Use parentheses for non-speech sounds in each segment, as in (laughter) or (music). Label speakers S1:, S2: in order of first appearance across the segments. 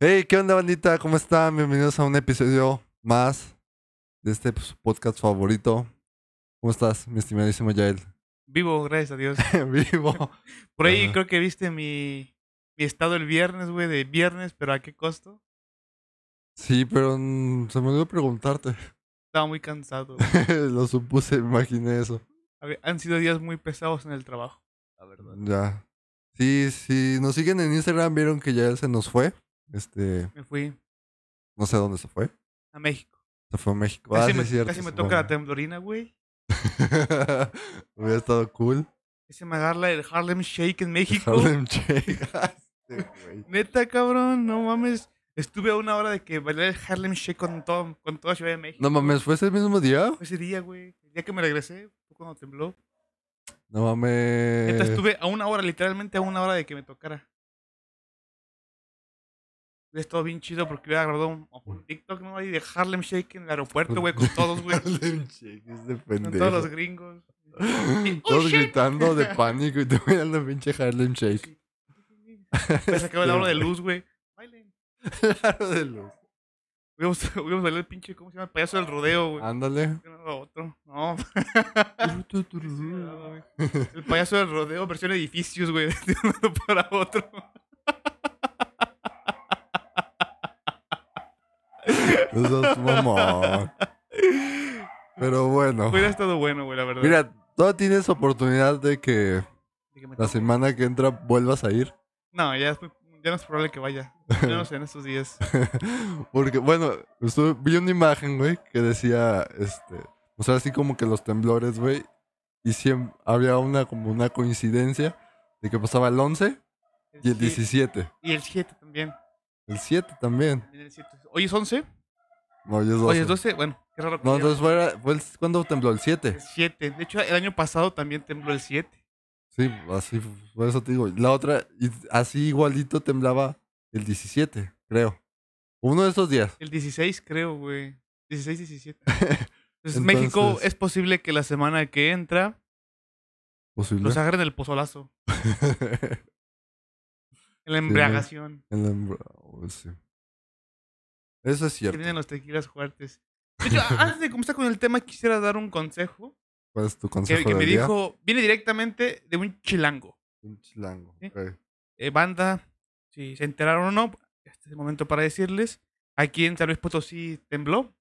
S1: Hey, ¿qué onda, bandita? ¿Cómo están? Bienvenidos a un episodio más de este pues, podcast favorito. ¿Cómo estás, mi estimadísimo
S2: (laughs)
S1: Yael?
S2: Vivo, gracias a Dios.
S1: Vivo.
S2: Por ahí
S1: Ajá.
S2: creo que viste mi, mi estado el viernes, güey, de viernes, pero ¿a qué costo?
S1: Sí, pero mm, se me olvidó preguntarte. (laughs)
S2: Estaba muy cansado. güey.
S1: Lo supuse, imaginé eso.
S2: Habe- Han sido días muy pesados en el trabajo, Mm. la verdad.
S1: Ya. Sí, sí. Nos siguen en Instagram, vieron que Yael se nos fue. Este,
S2: Me fui
S1: no sé dónde se fue.
S2: a México.
S1: Se fue a México. Ah,
S2: Casi
S1: sí,
S2: me,
S1: es cierto,
S2: casi me
S1: se
S2: toca
S1: fue.
S2: la temblorina, güey.
S1: (laughs) Hubiera estado cool.
S2: Ese me agarra el Harlem Shake en México.
S1: Harlem Shake. Este güey.
S2: (laughs) Neta, cabrón, no mames. Estuve a una hora de que bailar el Harlem Shake con, todo, con toda Ciudad de México.
S1: No mames, ¿fue ese mismo día?
S2: Ese día, güey. El día que me regresé, fue cuando tembló.
S1: No mames.
S2: Neta, estuve a una hora, literalmente a una hora de que me tocara. Hubiera estado bien chido porque hubiera grabado un, un TikTok, ¿no? Ahí de Harlem Shake en el aeropuerto, güey, con todos,
S1: (laughs)
S2: güey.
S1: Harlem Shake, este
S2: con
S1: pendejo. (laughs)
S2: todos los gringos. Y, ¡Oh,
S1: Todos
S2: shit!
S1: gritando de pánico y te voy dando pinche Harlem
S2: (laughs)
S1: Shake.
S2: Me sacaba el aro de luz, güey. Bailen.
S1: Claro de luz.
S2: Hubiéramos (laughs) hubiéramos salido el pinche, ¿cómo se llama? El payaso del rodeo,
S1: Ah.
S2: güey. (laughs)
S1: Ándale.
S2: Uno a otro. No,
S1: Turru,
S2: (laughs)
S1: tu, turru.
S2: güey. el payaso del rodeo, versión edificios, güey, (laughs) de uno para
S1: (laughs)
S2: otro.
S1: No seas mamón. Pero bueno.
S2: Hubiera estado bueno, güey, la verdad.
S1: Mira, todavía tienes oportunidad de que
S2: De que me
S1: la
S2: toque.
S1: semana que entra vuelvas a ir. (laughs)
S2: No, ya, es muy- ya no es probable que vaya. Ya no sé, en estos días.
S1: Porque, bueno, estuve- vi una imagen, güey, que decía, este, o sea, así como que los temblores, güey, y siempre había una como una coincidencia de que pasaba el 11 y el
S2: Sí,
S1: 17.
S2: Y el 7 también.
S1: El 7 también.
S2: también el 7. Hoy es 11.
S1: No, hoy es 12.
S2: Hoy es 12. Bueno, qué raro. que
S1: No,
S2: ya-
S1: entonces fuera, fue el, ¿cuándo tembló? El 7.
S2: El 7. De hecho, el año pasado también tembló el 7.
S1: Sí, así, por eso te digo. La otra, y así igualito temblaba el 17, creo. Uno de esos días.
S2: El 16, creo, güey. 16,
S1: (laughs)
S2: 17. Entonces,
S1: Entonces-
S2: México es posible que la semana que entra
S1: Posible.
S2: los agarren el pozolazo. En
S1: güey.
S2: la embriagación.
S1: (laughs) El embra- oh, sí. Eso es
S2: que
S1: cierto.
S2: vienen los tequilas fuertes.
S1: (laughs)
S2: De hecho, antes de comenzar con el tema, quisiera dar un consejo
S1: ¿Cuál es tu
S2: que,
S1: consejo
S2: que me
S1: del día?
S2: dijo, viene directamente de un chilango.
S1: Un chilango.
S2: ¿Sí?
S1: ok.
S2: eh, banda, si se enteraron o no, este es el momento para decirles. Aquí en San Luis Potosí tembló.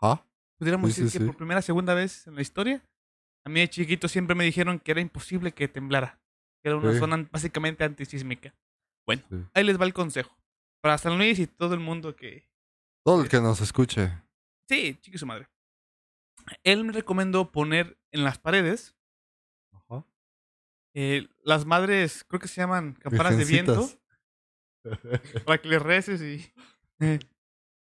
S1: Ajá.
S2: Pudiéramos
S1: Sí,
S2: decir
S1: sí,
S2: que
S1: sí.
S2: por primera, segunda vez en la historia. A mí de chiquito siempre me dijeron que era imposible que temblara. Que era una
S1: Sí.
S2: zona básicamente antisísmica. Bueno,
S1: Sí.
S2: ahí les va el consejo. Para San Luis y todo el mundo que,
S1: Todo el que nos escuche.
S2: Sí, chique su madre. Él me recomendó poner en las paredes
S1: Ajá.
S2: eh, las madres, creo que se llaman campanas de viento, para que les reces y eh,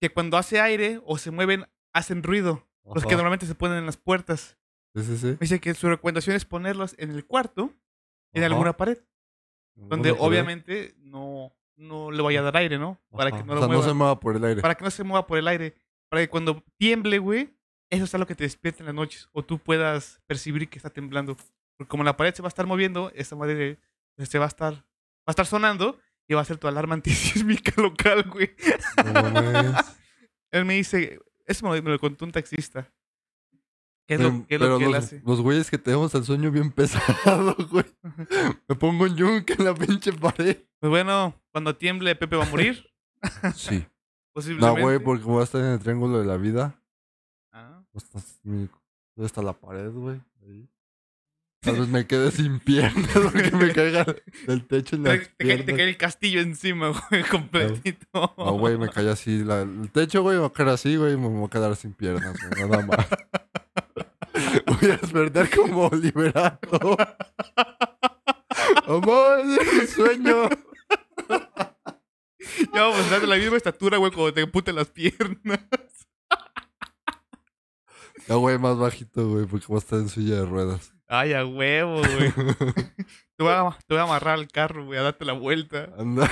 S2: que cuando hace aire o se mueven hacen ruido. Los que
S1: Ajá.
S2: normalmente se ponen en las puertas.
S1: Sí, sí, sí.
S2: Me dice que su recomendación es ponerlas en el cuarto, en
S1: Ajá.
S2: alguna pared, donde
S1: Alguna pared.
S2: obviamente no, no le vaya a dar aire, ¿no? Para
S1: Ajá.
S2: que no
S1: o
S2: lo
S1: sea,
S2: mueva.
S1: no se mueva por el aire.
S2: para que no se mueva por el aire. Para que cuando tiemble, güey, eso es algo que te despierte en las noches. O tú puedas percibir que está temblando. Porque como la pared se va a estar moviendo, esa madre se va a estar, va a estar sonando y va a ser tu alarma (laughs) antisísmica local, güey.
S1: No mames.
S2: Él me dice, eso me lo, me lo contó un taxista. ¿Qué es
S1: Pero-
S2: lo, qué es lo
S1: pero
S2: que él
S1: los-
S2: hace?
S1: Los güeyes que tenemos el sueño bien (laughs) pesado, güey. Me pongo un yunque en la pinche pared.
S2: Pues bueno, cuando tiemble, Pepe va
S1: (laughs)
S2: a morir. (laughs)
S1: Sí. No,
S2: posiblemente.
S1: güey, porque voy a estar en el triángulo de la vida.
S2: Ah.
S1: Hasta, mi- ¿dónde está la pared, güey.
S2: (laughs)
S1: Ahí. Tal vez me quede sin piernas (laughs) porque me caiga del techo en la
S2: Te, te cae, te cae el castillo encima, (laughs) güey, completito.
S1: No, güey, me caí así. la- el techo, güey, va a caer así, güey, y me voy a quedar sin piernas, güey, nada más. (laughs) Voy a despertar como liberado. (laughs) Amor, es un sueño.
S2: (laughs) Ya vamos a estar de la misma estatura, güey, cuando te puten las piernas.
S1: No, güey, más bajito, güey, porque voy a estar en silla de ruedas.
S2: Ay, a
S1: (laughs)
S2: huevo, güey. Te voy, a, te voy a amarrar al carro, güey, a darte la vuelta. (laughs)
S1: Anda.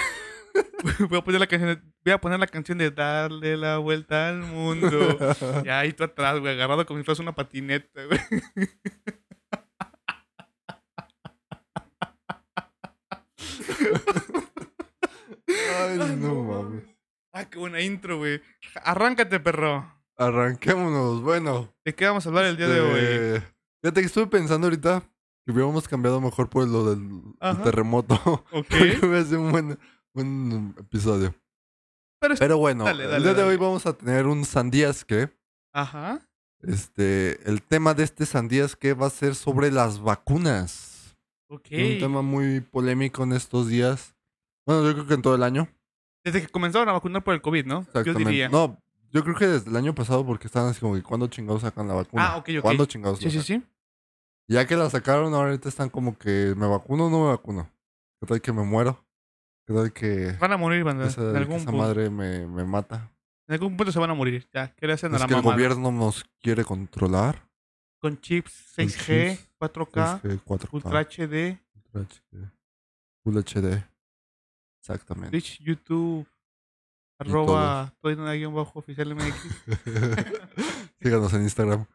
S2: Voy a poner la canción de, voy a poner la canción de darle la vuelta al mundo.
S1: (laughs)
S2: Y ahí tú atrás, güey, agarrado como si fueras una patineta, güey.
S1: Ay, no mames.
S2: Ah, qué buena intro, güey. Arráncate, perro.
S1: Arranquémonos. Bueno.
S2: ¿De qué vamos a hablar el día de hoy?
S1: eh, Fíjate que estuve pensando ahorita que hubiéramos cambiado mejor por lo del el
S2: Ajá.
S1: terremoto. Creo
S2: Ok.
S1: que hubiera sido Este, (laughs) un buen, buen episodio.
S2: Pero es-
S1: Pero bueno,
S2: Dale, dale,
S1: el día de
S2: dale.
S1: hoy vamos a tener un Sandías que.
S2: Ajá.
S1: Este, el tema de este Sandías que va a ser sobre las vacunas.
S2: Ok.
S1: Un tema muy polémico en estos días. Bueno, yo creo que en todo el año.
S2: Desde que comenzaron a vacunar por el COVID, ¿no? Yo
S1: Exactamente.
S2: diría.
S1: No, yo creo que desde el año pasado porque estaban así como que cuándo chingados sacan la vacuna.
S2: Ah, ok, ok.
S1: ¿Cuándo chingados?
S2: sí,
S1: la
S2: sí,
S1: sacan?
S2: sí.
S1: Ya que la sacaron, ahorita están como que me vacuno o no me vacuno. ¿Qué tal que me muero? ¿Qué tal que
S2: Van a morir, banda.
S1: esa,
S2: en,
S1: que
S2: algún
S1: esa
S2: punto,
S1: madre me, me mata?
S2: en algún punto se van a morir. Ya, ¿qué le hacen a
S1: Es
S2: la
S1: que el
S2: mamá?
S1: gobierno nos quiere controlar.
S2: Con chips
S1: Con
S2: 6G,
S1: chips,
S2: 4K,
S1: 6G, 4K,
S2: Ultra HD,
S1: Ultra HD. Full HD. Exactamente.
S2: Twitch, YouTube, arroba, todo en una guión bajo
S1: (laughs)
S2: oficial MX.
S1: Síganos en Instagram.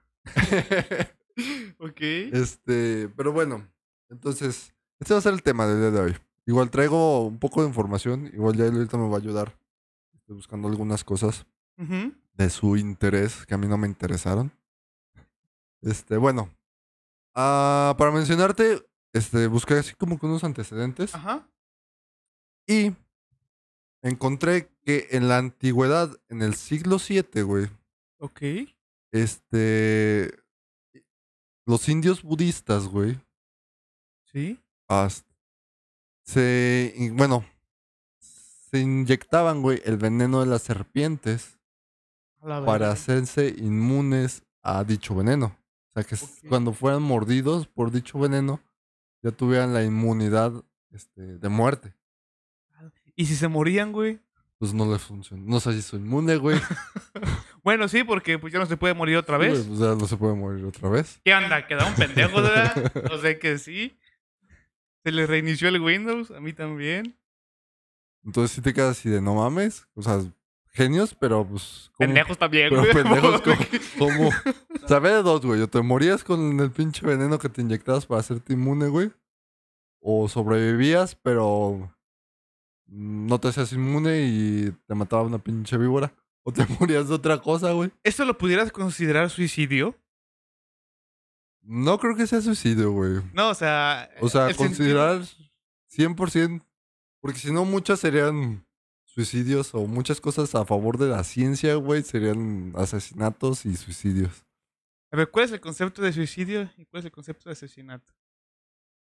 S2: ok.
S1: Este, pero bueno, entonces, este va a ser el tema del día de hoy. Igual traigo un poco de información, igual ya ahorita me va a ayudar. Estoy buscando algunas cosas
S2: Ujú.
S1: de su interés que a mí no me interesaron. Este, bueno, ah, para mencionarte, este, busqué así como que unos antecedentes
S2: Ajá.
S1: y encontré que en la antigüedad, en el siglo VII, güey,
S2: Ok.
S1: este, los indios budistas, güey,
S2: Sí.
S1: Hasta- se. y Bueno. Se inyectaban, güey, el veneno de las serpientes
S2: A la
S1: para
S2: verga.
S1: hacerse inmunes a dicho veneno. O sea, que s-
S2: Ok.
S1: cuando fueran mordidos por dicho veneno, ya tuvieran la inmunidad este, de muerte.
S2: Y si se morían, güey.
S1: Pues no les funciona. No sé si soy inmune, güey. Sí,
S2: Bueno, sí, porque pues ya no se puede morir otra
S1: güey,
S2: vez.
S1: pues ya no se puede morir otra vez.
S2: ¿Qué onda? ¿Queda un pendejo, verdad? O sea que sí. Se le reinició el Windows, a mí también.
S1: Entonces sí te quedas así de no mames. O sea, genios, pero pues. ¿cómo?
S2: Pendejos también,
S1: Pero
S2: güey.
S1: pendejos como, como saber de dos, güey. O te morías con el pinche veneno que te inyectabas para hacerte inmune, güey. O sobrevivías, pero no te hacías inmune y te mataba una pinche víbora. O te (laughs) morías de otra cosa, güey.
S2: ¿Esto lo pudieras considerar suicidio?
S1: No creo que sea suicidio, güey.
S2: No, o sea.
S1: O sea,
S2: el
S1: considerar 100%, porque si no muchas serían suicidios o muchas cosas a favor de la ciencia, güey, serían asesinatos y suicidios.
S2: A ver, ¿cuál es el concepto de suicidio y cuál es el concepto de asesinato?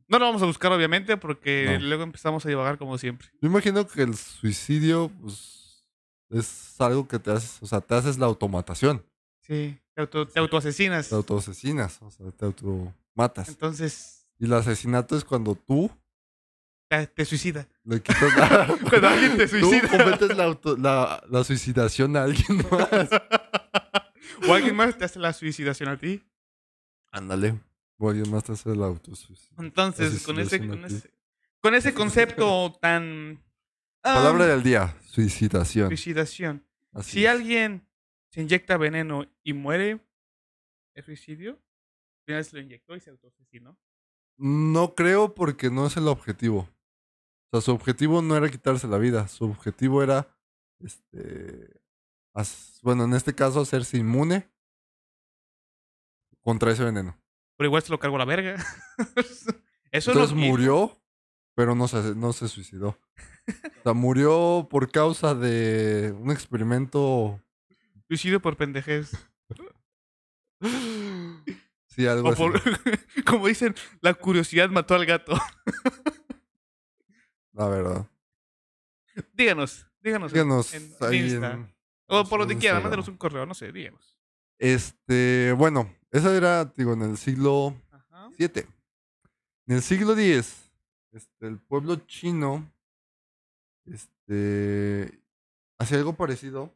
S2: No lo vamos a buscar, obviamente, porque
S1: No.
S2: luego empezamos a divagar como siempre.
S1: Yo imagino que el suicidio pues, es algo que te haces, o sea, te haces la automatación,
S2: Sí. Te, auto, te autoasesinas.
S1: te autoasesinas, o sea, te automatas.
S2: Entonces,
S1: Y el asesinato es cuando tú
S2: te, te suicida.
S1: le quitas la...
S2: (laughs) Cuando alguien te suicida.
S1: (laughs) Tú cometes la, auto- la, la suicidación a alguien más.
S2: o alguien más te hace la suicidación a ti.
S1: (laughs) Ándale. O alguien más te hace el autosuicidio.
S2: Entonces, con ese,
S1: Asesinación
S2: con
S1: a ti.
S2: ese, con ese concepto tan. ah,
S1: Palabra del día, suicidación.
S2: Suicidación.
S1: Así
S2: si
S1: es.
S2: alguien se inyecta veneno y muere, ¿es suicidio? Al final se lo inyectó y se autoasesinó.
S1: No creo porque no es el objetivo. O sea, su objetivo no era quitarse la vida. Su objetivo era, este, as- bueno, en este caso, hacerse inmune contra ese veneno.
S2: Pero igual se lo cargó la verga. (laughs) Eso
S1: Entonces
S2: no quita-
S1: murió, pero no se, no se suicidó. O sea, murió por causa de un experimento.
S2: Suicidio por pendejez.
S1: Sí, (laughs) algo
S2: O
S1: así.
S2: por, (laughs) como dicen, la curiosidad mató al gato. (laughs)
S1: La verdad.
S2: Díganos, díganos. en-
S1: Díganos
S2: en
S1: ahí
S2: Insta.
S1: en-
S2: O por donde
S1: en
S2: quieran,
S1: Instagram.
S2: mándenos un correo, no sé, díganos.
S1: Este, bueno, esa era, digo, en el siglo
S2: Ajá.
S1: 7. En el siglo X, este, el pueblo chino este, hacía algo parecido,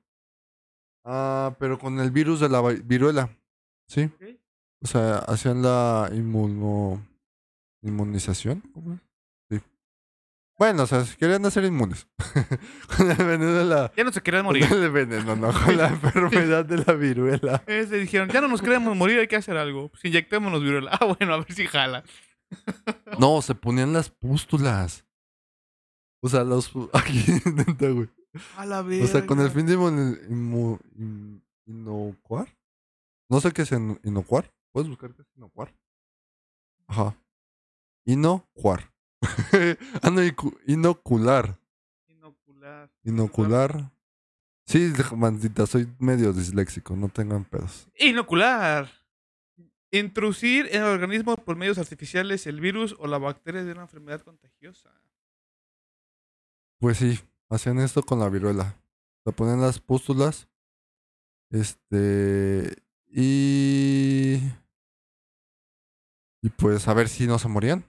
S1: ah, pero con el virus de la vi- viruela. ¿Sí?
S2: Ok.
S1: O sea, hacían la inmuno, inmunización. ¿cómo es? Sí. Bueno, o sea, se querían hacer inmunes. (laughs) con el veneno de la.
S2: Ya no se querían
S1: con
S2: morir.
S1: el veneno, no,
S2: (laughs)
S1: con la enfermedad de la viruela.
S2: Es, le dijeron, ya no nos queremos morir, hay que hacer algo. Pues inyectémonos viruela. (laughs) Ah, bueno, a ver si jala.
S1: (laughs) No, se ponían las pústulas. O sea, los. pu- Aquí, neta, güey.
S2: A la
S1: O sea, con el
S2: verga.
S1: fin de inmu- inmu- in- inocuar. No sé qué es in- inocuar. Puedes buscar qué es inocuar. Ajá. Inocuar. (laughs) ah, no, icu- inocular.
S2: Inocular.
S1: Inocular. Sí, maldita, soy medio disléxico, no tengan pedos.
S2: Inocular. Introducir en el organismo por medios artificiales el virus o la bacteria de una enfermedad contagiosa.
S1: Pues sí, hacían esto con la viruela. La ponían las pústulas. Este. Y. Y pues a ver si no se morían.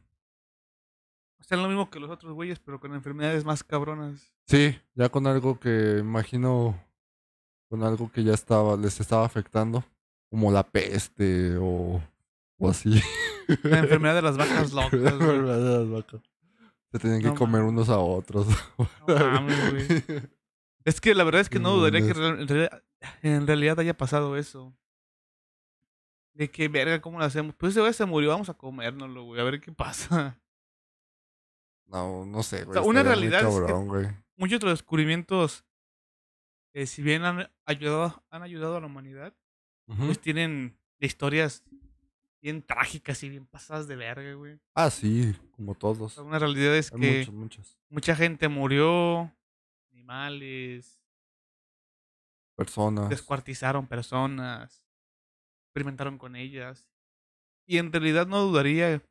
S2: O sea, lo mismo que los otros güeyes, pero con enfermedades más cabronas.
S1: Sí, ya con algo que imagino, con algo que ya estaba, les estaba afectando, como la peste o, o así.
S2: La enfermedad de las
S1: (laughs)
S2: vacas
S1: La
S2: locas. güey.
S1: enfermedad de las vacas. Se tenían
S2: No
S1: que comer
S2: mames.
S1: unos a otros.
S2: No mames, güey. Es que la verdad es que no
S1: No
S2: dudaría que real- en realidad, en realidad haya pasado eso. De que, verga, ¿cómo lo hacemos? Pues ese güey se murió, vamos a comérnoslo, güey, a ver qué pasa.
S1: (laughs)
S2: (laughs)
S1: No, no sé, güey.
S2: sea, una
S1: estaría muy
S2: realidad es que-
S1: cabrón, güey.
S2: Muchos de los descubrimientos, eh, si bien han ayudado, han ayudado a la humanidad,
S1: Ujú.
S2: pues tienen historias bien trágicas y bien pasadas de verga, güey.
S1: Ah, sí, como todos.
S2: O sea, una realidad es
S1: Hay
S2: que
S1: muchos, muchas
S2: mucha gente murió, animales,
S1: personas.
S2: descuartizaron personas, experimentaron con ellas. Y en realidad no dudaría que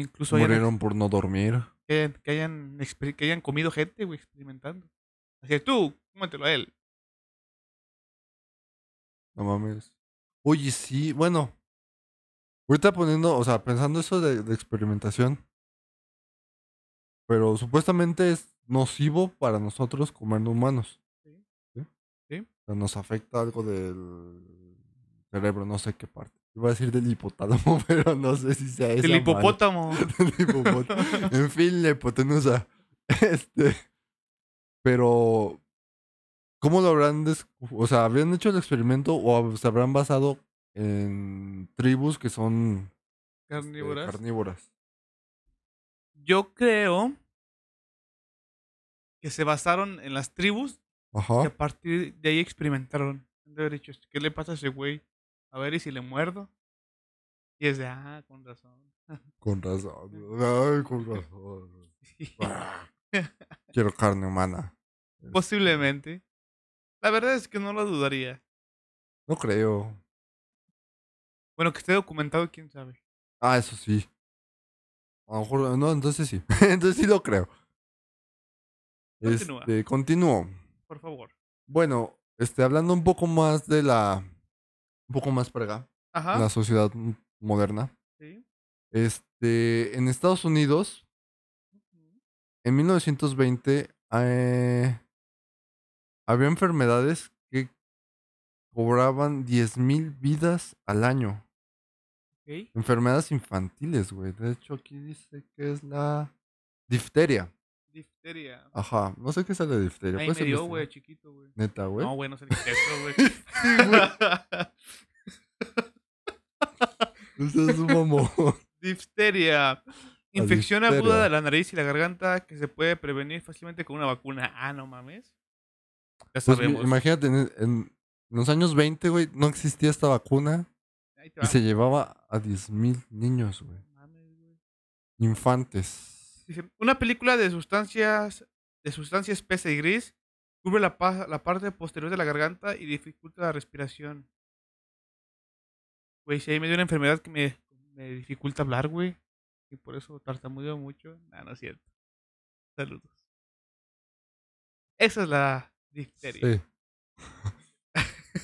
S2: incluso hayan-
S1: Murieron por no dormir.
S2: que hayan, que, hayan, exper- que hayan comido gente, güey, experimentando. Así de, tú, cómetelo a él.
S1: No mames. Oye, sí, bueno. Ahorita poniendo, o sea, pensando eso de, de experimentación. Pero supuestamente es nocivo para nosotros comernos humanos.
S2: Sí.
S1: ¿Sí?
S2: Sí.
S1: O sea, nos afecta algo del cerebro, no sé qué parte. Iba a decir del hipotálamo, (laughs) pero no sé si sea eso. (laughs)
S2: El hipopótamo.
S1: El hipopótamo. en fin, la hipotenusa. (laughs) Este. Pero. ¿Cómo lo habrán des- O sea, ¿habrían hecho el experimento o se habrán basado en tribus que son este,
S2: Carnívoras.
S1: carnívoras?
S2: Yo creo que se basaron en las tribus Y a
S1: Ajá.
S2: partir de ahí experimentaron. Han de haber dicho, "Este, ¿qué le pasa a ese güey? A ver, ¿y si le muerdo? Y es de, ah, con razón. (laughs)
S1: Con razón. Ay, con razón. Ah, Quiero carne humana.
S2: Posiblemente. La verdad es que no lo dudaría.
S1: No creo.
S2: Bueno, que esté documentado, quién sabe.
S1: Ah, eso sí. A lo mejor, no, entonces sí. (laughs) entonces sí lo creo.
S2: Continúa.
S1: Este, continúo.
S2: Por favor.
S1: Bueno, este, hablando un poco más de la. Un poco más para acá,
S2: Ajá.
S1: la sociedad m- moderna.
S2: sí.
S1: Este, en Estados Unidos,
S2: Ujú.
S1: en 1920, eh, había enfermedades que cobraban 10.000 vidas al año.
S2: Ok.
S1: Enfermedades infantiles, güey. De hecho, aquí dice que es la difteria.
S2: Difteria.
S1: Ajá, no sé qué es la difteria.
S2: Ahí me
S1: ¿puedes
S2: dio,
S1: investigar?
S2: güey, chiquito, güey.
S1: Neta, güey.
S2: No, güey, no sé qué es eso,
S1: (laughs)
S2: güey. (laughs)
S1: Eso es un
S2: (laughs)
S1: mamón.
S2: Difteria. Infección
S1: difteria.
S2: aguda de la nariz y la garganta que se puede prevenir fácilmente con una vacuna. Ah, no mames. Ya
S1: Pues,
S2: sabemos.
S1: imagínate, en, en los años 20, güey, no existía esta vacuna
S2: Ahí te
S1: y
S2: va.
S1: se llevaba a 10.000 niños, güey.
S2: No mames, güey.
S1: Infantes.
S2: Dice, una película de sustancias de sustancia espesa y gris cubre la, pa- la parte posterior de la garganta y dificulta la respiración. Güey, si ahí me dio una enfermedad que me, me dificulta hablar, güey. Y por eso tartamudeo mucho. Nah, no es cierto. Saludos. Esa es la difteria. (laughs)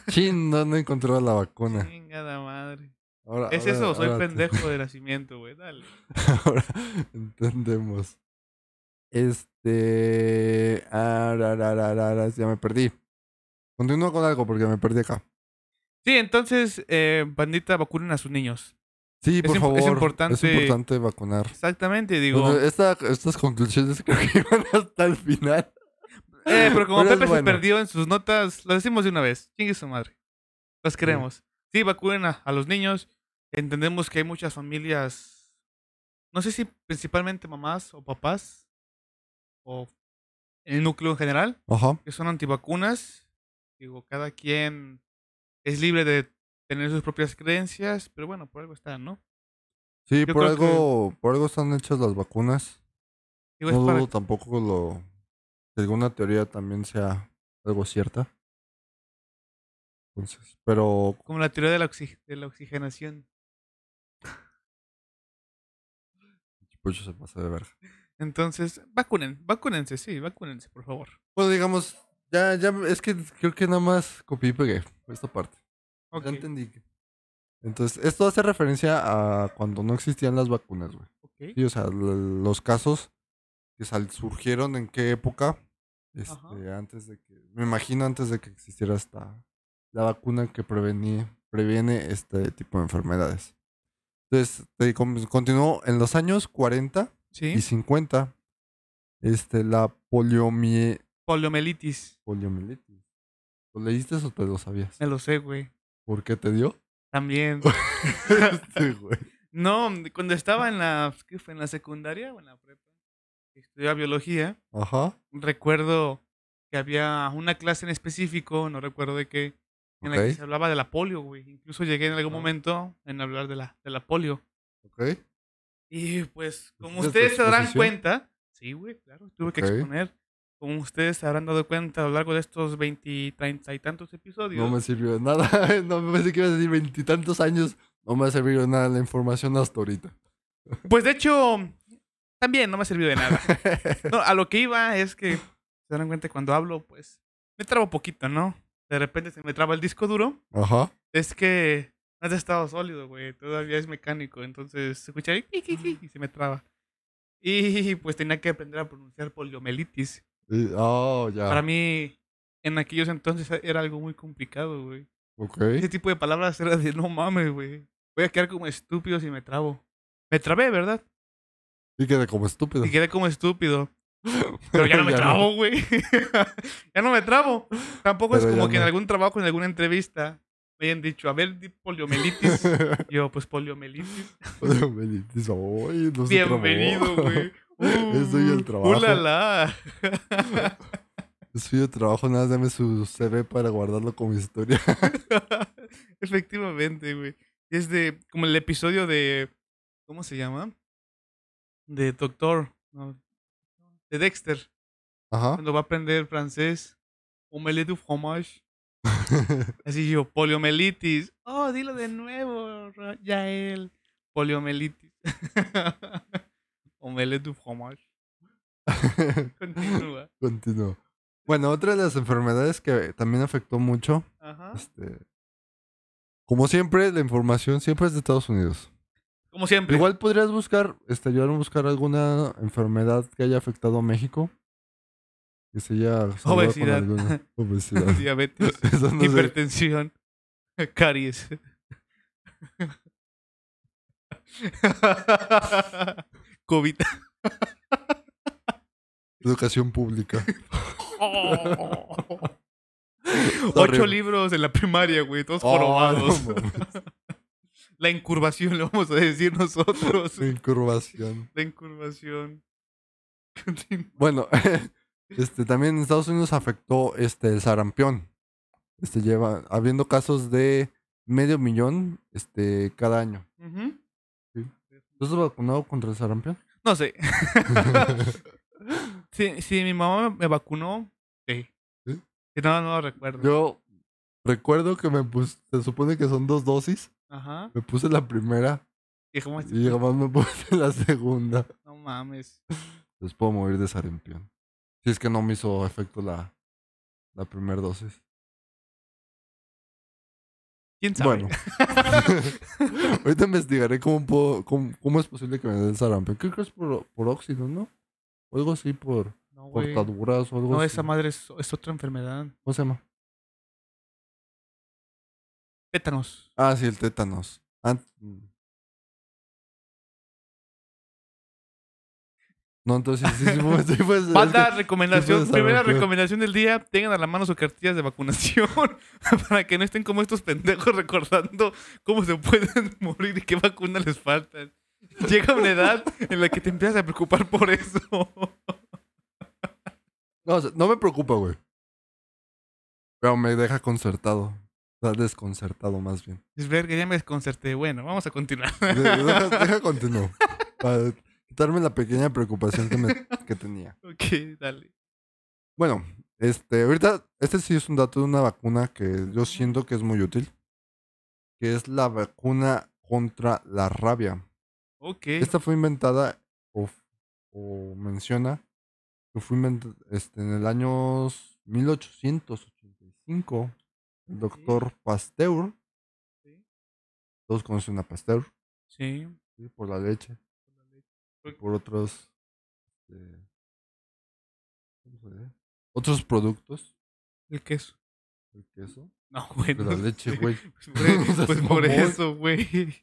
S1: Sí. Chin, no, no encontraba la vacuna.
S2: Chingada madre.
S1: Ahora,
S2: ¿Es
S1: ahora-
S2: eso o soy
S1: ahora te-
S2: pendejo de nacimiento, güey? Dale.
S1: (laughs) ahora entendemos. Este. ararararara, ya me perdí. Continúa con algo porque me perdí acá.
S2: Sí, entonces, eh, bandita, vacunen a sus niños.
S1: Sí,
S2: Es
S1: por
S2: imp- es
S1: favor.
S2: importante-
S1: Es importante vacunar.
S2: Exactamente, digo.
S1: Bueno, esta- estas conclusiones (laughs) creo que iban hasta el final.
S2: Eh, pero como
S1: Pero es
S2: Pepe se
S1: bueno.
S2: perdió en sus notas, lo decimos de una vez. Chingue su madre. Los queremos. Sí, vacunen a, a los niños. Entendemos que hay muchas familias, no sé si principalmente mamás o papás, o el núcleo en general,
S1: Ajá.
S2: que son antivacunas. Digo, cada quien es libre de tener sus propias creencias, pero bueno, por algo están, ¿no?
S1: Sí,
S2: Yo
S1: por
S2: creo
S1: algo, por algo están hechas las vacunas.
S2: Digo,
S1: no
S2: es para-
S1: dudo tampoco lo que alguna teoría también sea algo cierta. Entonces, pero
S2: como la teoría de la, oxi- de la oxigenación.
S1: Chipocho pues, se pasa de verga.
S2: Entonces, vacunen, vacúnense, sí, vacúnense, por favor.
S1: Bueno, digamos, ya, ya, es que creo que nada más copié y pegué esta parte.
S2: Ok,
S1: Ya entendí. que- Entonces, esto hace referencia a cuando no existían las vacunas, güey.
S2: ok.
S1: Sí, o sea, l- los casos que sal- surgieron en qué época, este,
S2: Ajá.
S1: antes de que, me imagino antes de que existiera esta, la vacuna que prevenía, previene este tipo de enfermedades. Entonces, te com- continuó en los años 40 y
S2: Sí,
S1: 50, este, la poliomie-
S2: poliomielitis.
S1: poliomielitis. ¿Lo leíste o te lo
S2: (laughs)
S1: sabías?
S2: Me lo sé, güey.
S1: ¿Por qué te dio? (laughs)
S2: También.
S1: Este, güey.
S2: No, mm, cuando estaba en la, ¿qué fue? En la secundaria o en la prepa, que estudiaba biología,
S1: Ajá.
S2: recuerdo que había una clase en específico, no recuerdo de qué, en la que
S1: Ok.
S2: se hablaba de la polio, güey. Incluso llegué en algún
S1: Ah.
S2: momento en hablar de la, de la polio.
S1: Ok.
S2: Y pues, como
S1: ¿Tuviste
S2: ustedes se darán
S1: exposición?
S2: cuenta, sí, güey, claro, tuve que
S1: Ok.
S2: exponer. Como ustedes se habrán dado cuenta a lo largo de estos 20, 30 y tantos episodios.
S1: No me sirvió de nada. (laughs) No me pensé que ibas a decir veintitantos años. No me ha servido de nada la información hasta ahorita.
S2: Pues de hecho, también no me ha servido de nada. No, a lo que iba es que se dan cuenta que cuando hablo, pues me trabo poquito, ¿no? De repente se me traba el disco duro.
S1: Ajá.
S2: Es que no has estado sólido, güey. Todavía es mecánico. Entonces se escucha ahí "qui, qui, qui", y se me traba. Y pues tenía que aprender a pronunciar poliomielitis.
S1: Y- oh, ya.
S2: Para mí, en aquellos entonces era algo muy complicado, güey.
S1: Ok.
S2: Ese tipo de palabras era de no mames, güey. Voy a quedar como estúpido si me trabo. Me trabé, ¿verdad?
S1: Y quedé como estúpido. (laughs)
S2: Y quedé como estúpido. Pero ya no me trabo, güey. (laughs) ya no me trabo. Tampoco es
S1: Pero
S2: como
S1: ya
S2: que en
S1: no.
S2: algún trabajo, en alguna entrevista, me hayan dicho, a ver,
S1: (laughs)
S2: di poliomielitis. Yo, pues poliomielitis.
S1: Bienvenido. Pues, Ay, no se trabó.
S2: Bienvenido,
S1: (laughs)
S2: güey.
S1: Eso y el
S2: Uh,
S1: trabajo.
S2: ulala. (laughs)
S1: Soy de trabajo, nada, dame su CV para guardarlo como historia. (laughs)
S2: Efectivamente, güey. Es de, como el episodio de, ¿cómo se llama? De Doctor, no, de Dexter,
S1: Ajá.
S2: cuando va a aprender francés. Omelette du fromage. Así yo, poliomielitis. Oh, dilo de nuevo, Ra- Yael. (laughs) Poliomielitis. Omelette du fromage. (laughs) Continúa.
S1: (laughs) Continúo. Bueno, otra de las enfermedades que también afectó mucho,
S2: Ajá.
S1: este, como siempre, la información siempre es de Estados Unidos.
S2: Como siempre.
S1: Igual podrías buscar, este, ayudar a buscar alguna enfermedad que haya afectado a México. Que se haya salvado con
S2: Obesidad.
S1: alguna
S2: (laughs)
S1: Obesidad.
S2: (laughs)
S1: (laughs)
S2: Diabetes.
S1: Eso no sé.
S2: hipertensión. (laughs) Caries. (laughs)
S1: (laughs)
S2: COVID.
S1: Educación pública.
S2: (laughs) Ocho
S1: Horrible.
S2: libros en la primaria, güey. Todos
S1: Oh,
S2: jorobados.
S1: (laughs) no
S2: (laughs)
S1: mames.
S2: La incurvación, le vamos a decir nosotros.
S1: Incurvación.
S2: La incurvación. (laughs) Continúa.
S1: Bueno, (laughs) este también en Estados Unidos afectó este el sarampión. Este lleva habiendo casos de medio millón este cada año.
S2: Ujú.
S1: ¿Tú estás vacunado contra el
S2: (laughs)
S1: sarampión? (laughs)
S2: No sé. (laughs) si, si mi mamá me vacunó, Mm. sí.
S1: ¿Sí?
S2: Si no, no lo recuerdo.
S1: Yo recuerdo que me puse, se supone que son dos dosis.
S2: Ajá.
S1: Me puse la primera
S2: Y como este-
S1: y jamás me puse la segunda.
S2: No mames.
S1: Les puedo morir de sarampión. Si es que no me hizo efecto la, la primera dosis.
S2: ¿Quién sabe? (laughs)
S1: Bueno. (laughs) Ahorita investigaré cómo, puedo- cómo, cómo es posible que me den sarampión. Creo que es por, por óxido, ¿no? O algo así, por
S2: no, güey.
S1: cortaduras o algo
S2: No,
S1: así.
S2: esa madre es, es otra enfermedad.
S1: ¿Cómo se llama?
S2: Tétanos.
S1: Ah, sí, el tétanos. Ah, mm. Ant- No, entonces sí, (laughs) sí, sí, pues, sí, pues, es
S2: Banda,
S1: que- sí
S2: recomendación.
S1: puedes
S2: primera
S1: saber, pero-
S2: recomendación del día: tengan a la mano sus cartillas de vacunación (laughs) para que no estén como estos pendejos recordando cómo se pueden (laughs) morir y qué vacunas les faltan. Llega una edad en la que te empiezas a preocupar por eso.
S1: No, o sea, no me preocupa, güey. Pero me deja concertado. O sea, desconcertado más bien. (laughs)
S2: Es ver que ya me desconcerté. Bueno, vamos a continuar. (laughs)
S1: De- Deja, deja continuo. Para quitarme la pequeña preocupación que, me- que tenía.
S2: ok, dale.
S1: Bueno, este, ahorita, este sí es un dato de una vacuna que yo siento que es muy útil. Que es la vacuna contra la rabia.
S2: Ok.
S1: Esta fue inventada o, o menciona que fue inventada este, en el año 1885. El doctor Pasteur,
S2: Sí.
S1: todos conocen a Pasteur
S2: Sí.
S1: ¿sí? por la leche, y por otros, este, ¿cómo se dice? otros productos,
S2: El queso.
S1: el
S2: (laughs)
S1: queso,
S2: No, güey.
S1: de la
S2: no
S1: leche,
S2: sé.
S1: güey.
S2: Pues
S1: (laughs)
S2: por-
S1: Seas
S2: pues por
S1: mamón.
S2: eso, güey.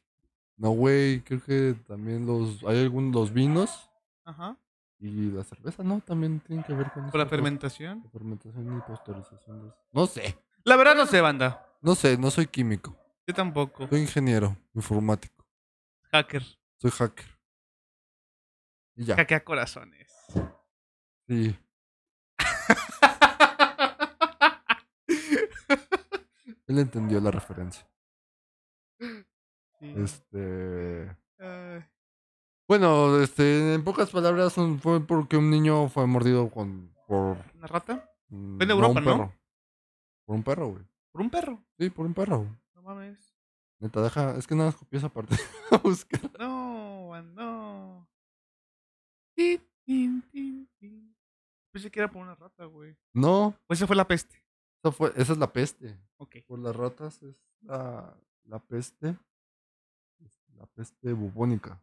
S1: No, güey, creo que también los, hay algunos los vinos
S2: Ajá.
S1: y la cerveza, ¿no? También tienen que ver con (laughs)
S2: Por
S1: esta
S2: la
S1: cosa.
S2: fermentación.
S1: La fermentación y pasteurización. de- No sé.
S2: La verdad no sé, banda.
S1: No sé, no soy químico.
S2: Yo tampoco.
S1: Soy ingeniero informático.
S2: Hacker.
S1: Soy hacker. Y ya.
S2: Hackea corazones. (laughs)
S1: Sí. Él entendió la referencia.
S2: Sí. Eh,
S1: Este.
S2: Ay,
S1: Bueno, este, en pocas palabras son- fue porque un niño fue mordido con, por.
S2: ¿Una rata?
S1: mm,
S2: Fue en
S1: no,
S2: Europa,
S1: un
S2: ¿no?
S1: perro. Por un perro, güey.
S2: Por un perro.
S1: Sí, por un perro.
S2: No mames.
S1: Neta, deja. Es que nada más copié esa parte. (laughs) a buscar.
S2: No, man, no. Tin, tin, tin, tin. Pensé que era por una rata, güey.
S1: No,
S2: Pues esa fue la peste.
S1: esa, fue, esa es la peste.
S2: Ok.
S1: por las ratas es la, la peste. La peste bubónica. Ah,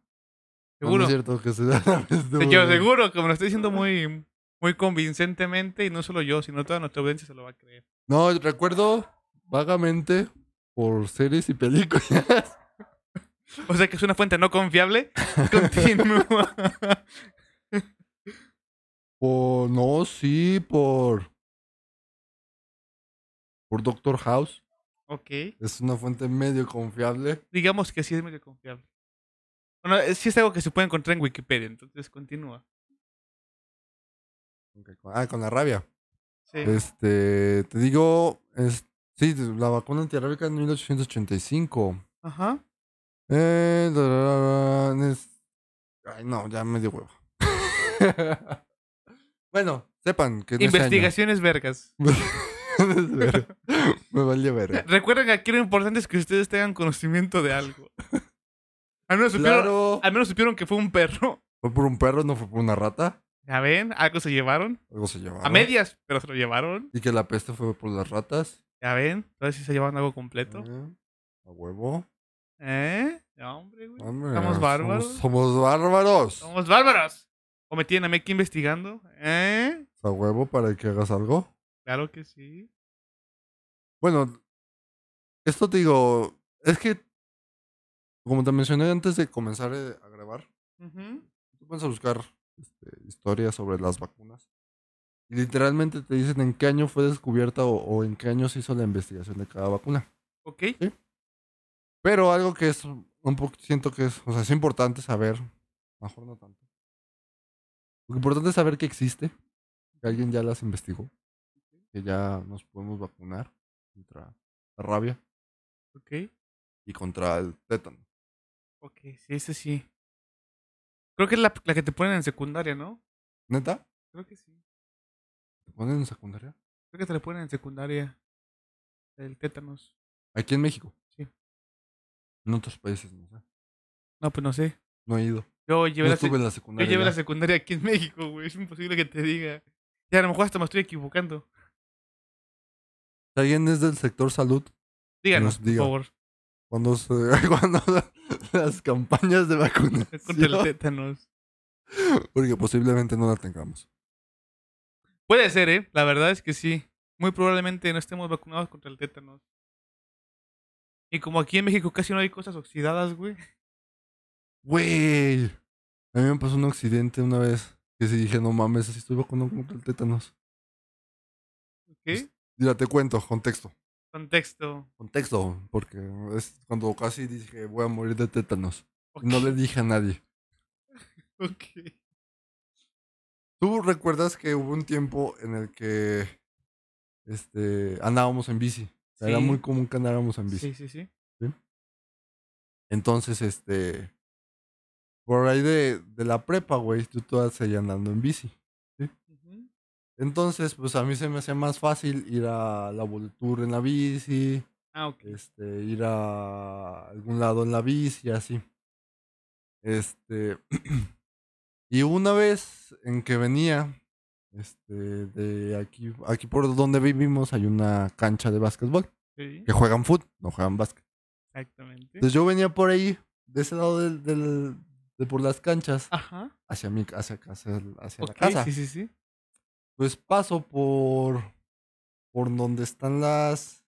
S1: No,
S2: Seguro.
S1: No, es cierto que se da (laughs) la peste
S2: (laughs) Pues Yo
S1: bubónica.
S2: seguro que me lo estoy diciendo muy, muy convincentemente y no solo yo, sino toda nuestra audiencia se lo va a creer.
S1: No, recuerdo vagamente por series y películas. (laughs)
S2: O sea que es una fuente
S1: (laughs)
S2: no confiable. Continúa.
S1: Por. No, sí, por. Por Doctor House.
S2: ok.
S1: Es una fuente medio confiable.
S2: Digamos que sí es medio confiable. Bueno, eh, sí es algo que se puede encontrar en Wikipedia, entonces continúa.
S1: Ah, con la rabia.
S2: Sí.
S1: Este. Te digo. es- sí, la vacuna antirrábica en 1885.
S2: Ajá.
S1: Eh, da, da, da, da, es- Ay, no, ya me dio huevo. (laughs) bueno, sepan que en ese año-
S2: Investigaciones vergas.
S1: Es verga. (laughs) me valió ver.
S2: Recuerden que aquí lo importante es que ustedes tengan conocimiento de algo. (laughs) Al menos supieron,
S1: Claro.
S2: al menos supieron que fue un perro.
S1: Fue por un perro, no fue por una rata.
S2: ¿Ya ven? Algo se llevaron.
S1: Algo se llevaba.
S2: A medias, pero se lo llevaron.
S1: Y que la peste fue por las ratas.
S2: ¿Ya ven? Entonces sí se llevaron algo completo.
S1: Eh, A huevo.
S2: ¿Eh? No, hombre, güey.
S1: Hombre,
S2: Estamos
S1: somos-
S2: bárbaros.
S1: Somos, bárbaros.
S2: Somos bárbaros. ¿O me tienen a mí aquí investigando? ¿Eh?
S1: A huevo para que hagas algo.
S2: Claro que sí.
S1: Bueno, esto te digo, es que, como te mencioné antes de comenzar eh, a grabar,
S2: Ujú.
S1: tú puedes buscar este, historias sobre las vacunas. Y literalmente te dicen en qué año fue descubierta o, o en qué año se hizo la investigación de cada vacuna.
S2: Ok.
S1: Pero algo que es un poco, siento que es, o sea, es importante saber, mejor no tanto. Lo importante es saber que existe, que alguien ya las investigó, que ya nos podemos vacunar contra la rabia
S2: Ok.
S1: y contra el tétano.
S2: Ok, sí, ese sí. Creo que es la, la que te ponen en secundaria, ¿no?
S1: ¿Neta?
S2: Creo que sí.
S1: ¿Te ponen en secundaria?
S2: Creo que te la ponen en secundaria. El tétanos.
S1: Aquí en México.
S2: Sí.
S1: En otros países, no sé.
S2: No, pues no sé.
S1: No he ido. Yo
S2: Yo llevé, la, sec-
S1: estuve en la
S2: yo
S1: secundaria.
S2: llevé la
S1: ya.
S2: secundaria aquí en (laughs) México, güey. Es imposible que te diga. Ya, a lo mejor hasta me estoy equivocando.
S1: Si alguien es del sector salud,
S2: Díganos,
S1: Nos diga.
S2: por favor.
S1: cuando, se, (laughs) cuando las campañas de (laughs)
S2: Contra el
S1: vacunación,
S2: tétanos.
S1: porque posiblemente no la tengamos.
S2: Puede ser, ¿eh? La verdad es que sí. Muy probablemente no estemos vacunados contra el tétanos. Y como aquí en México casi no hay cosas oxidadas, güey.
S1: Güey. A mí me pasó un accidente una vez que sí dije, no mames, así estoy vacunado contra el tétanos. Pues
S2: ¿Ok?
S1: Mira, te cuento, contexto.
S2: Contexto.
S1: Contexto, porque es cuando casi dije, voy a morir de
S2: (laughs)
S1: tétanos.
S2: Ok.
S1: No le dije a nadie.
S2: ok.
S1: ¿Tú recuerdas que hubo un tiempo en el que este, andábamos en bici? O sea, Era
S2: Sí.
S1: muy común que andáramos en bici.
S2: Sí, sí, sí.
S1: Entonces, este. Por ahí de, de la prepa, güey, tú todas seguías andando en bici.
S2: Ujú.
S1: Entonces, pues a mí se me hacía más fácil ir a la Voltur en la bici,
S2: Ah, ok.
S1: este, ir a algún lado en la bici, así. Este. (clears throat) y una vez en que venía, este, de aquí, aquí por donde vivimos hay una cancha de básquetbol,
S2: Sí,
S1: que juegan fútbol, no juegan básquet.
S2: exactamente.
S1: Entonces yo venía por ahí, de ese lado del, del- de por las canchas,
S2: Ajá.
S1: hacia mi hacia, hacia, hacia
S2: Ah. Ok,
S1: la casa.
S2: sí, sí, sí.
S1: Pues paso por por donde están las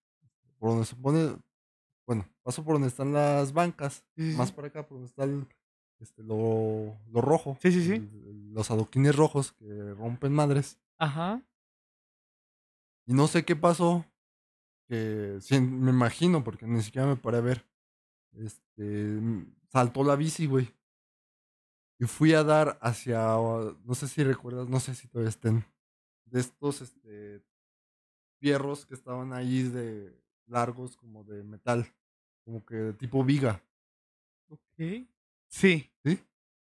S1: por donde se pone bueno, paso por donde están las bancas,
S2: Sí, sí, sí.
S1: más para acá por donde está el- este, lo, lo rojo.
S2: Sí, sí, sí.
S1: el- los adoquines rojos que rompen madres.
S2: Ajá.
S1: Y no sé qué pasó. Que sí, me imagino, porque ni siquiera me paré a ver. Este, mm, saltó la bici, güey. Y fui a dar hacia. uh, No sé si recuerdas, no sé si todavía estén. De estos este, fierros que estaban ahí de largos, como de metal. Como que tipo viga.
S2: Ok. Sí.
S1: ¿Sí?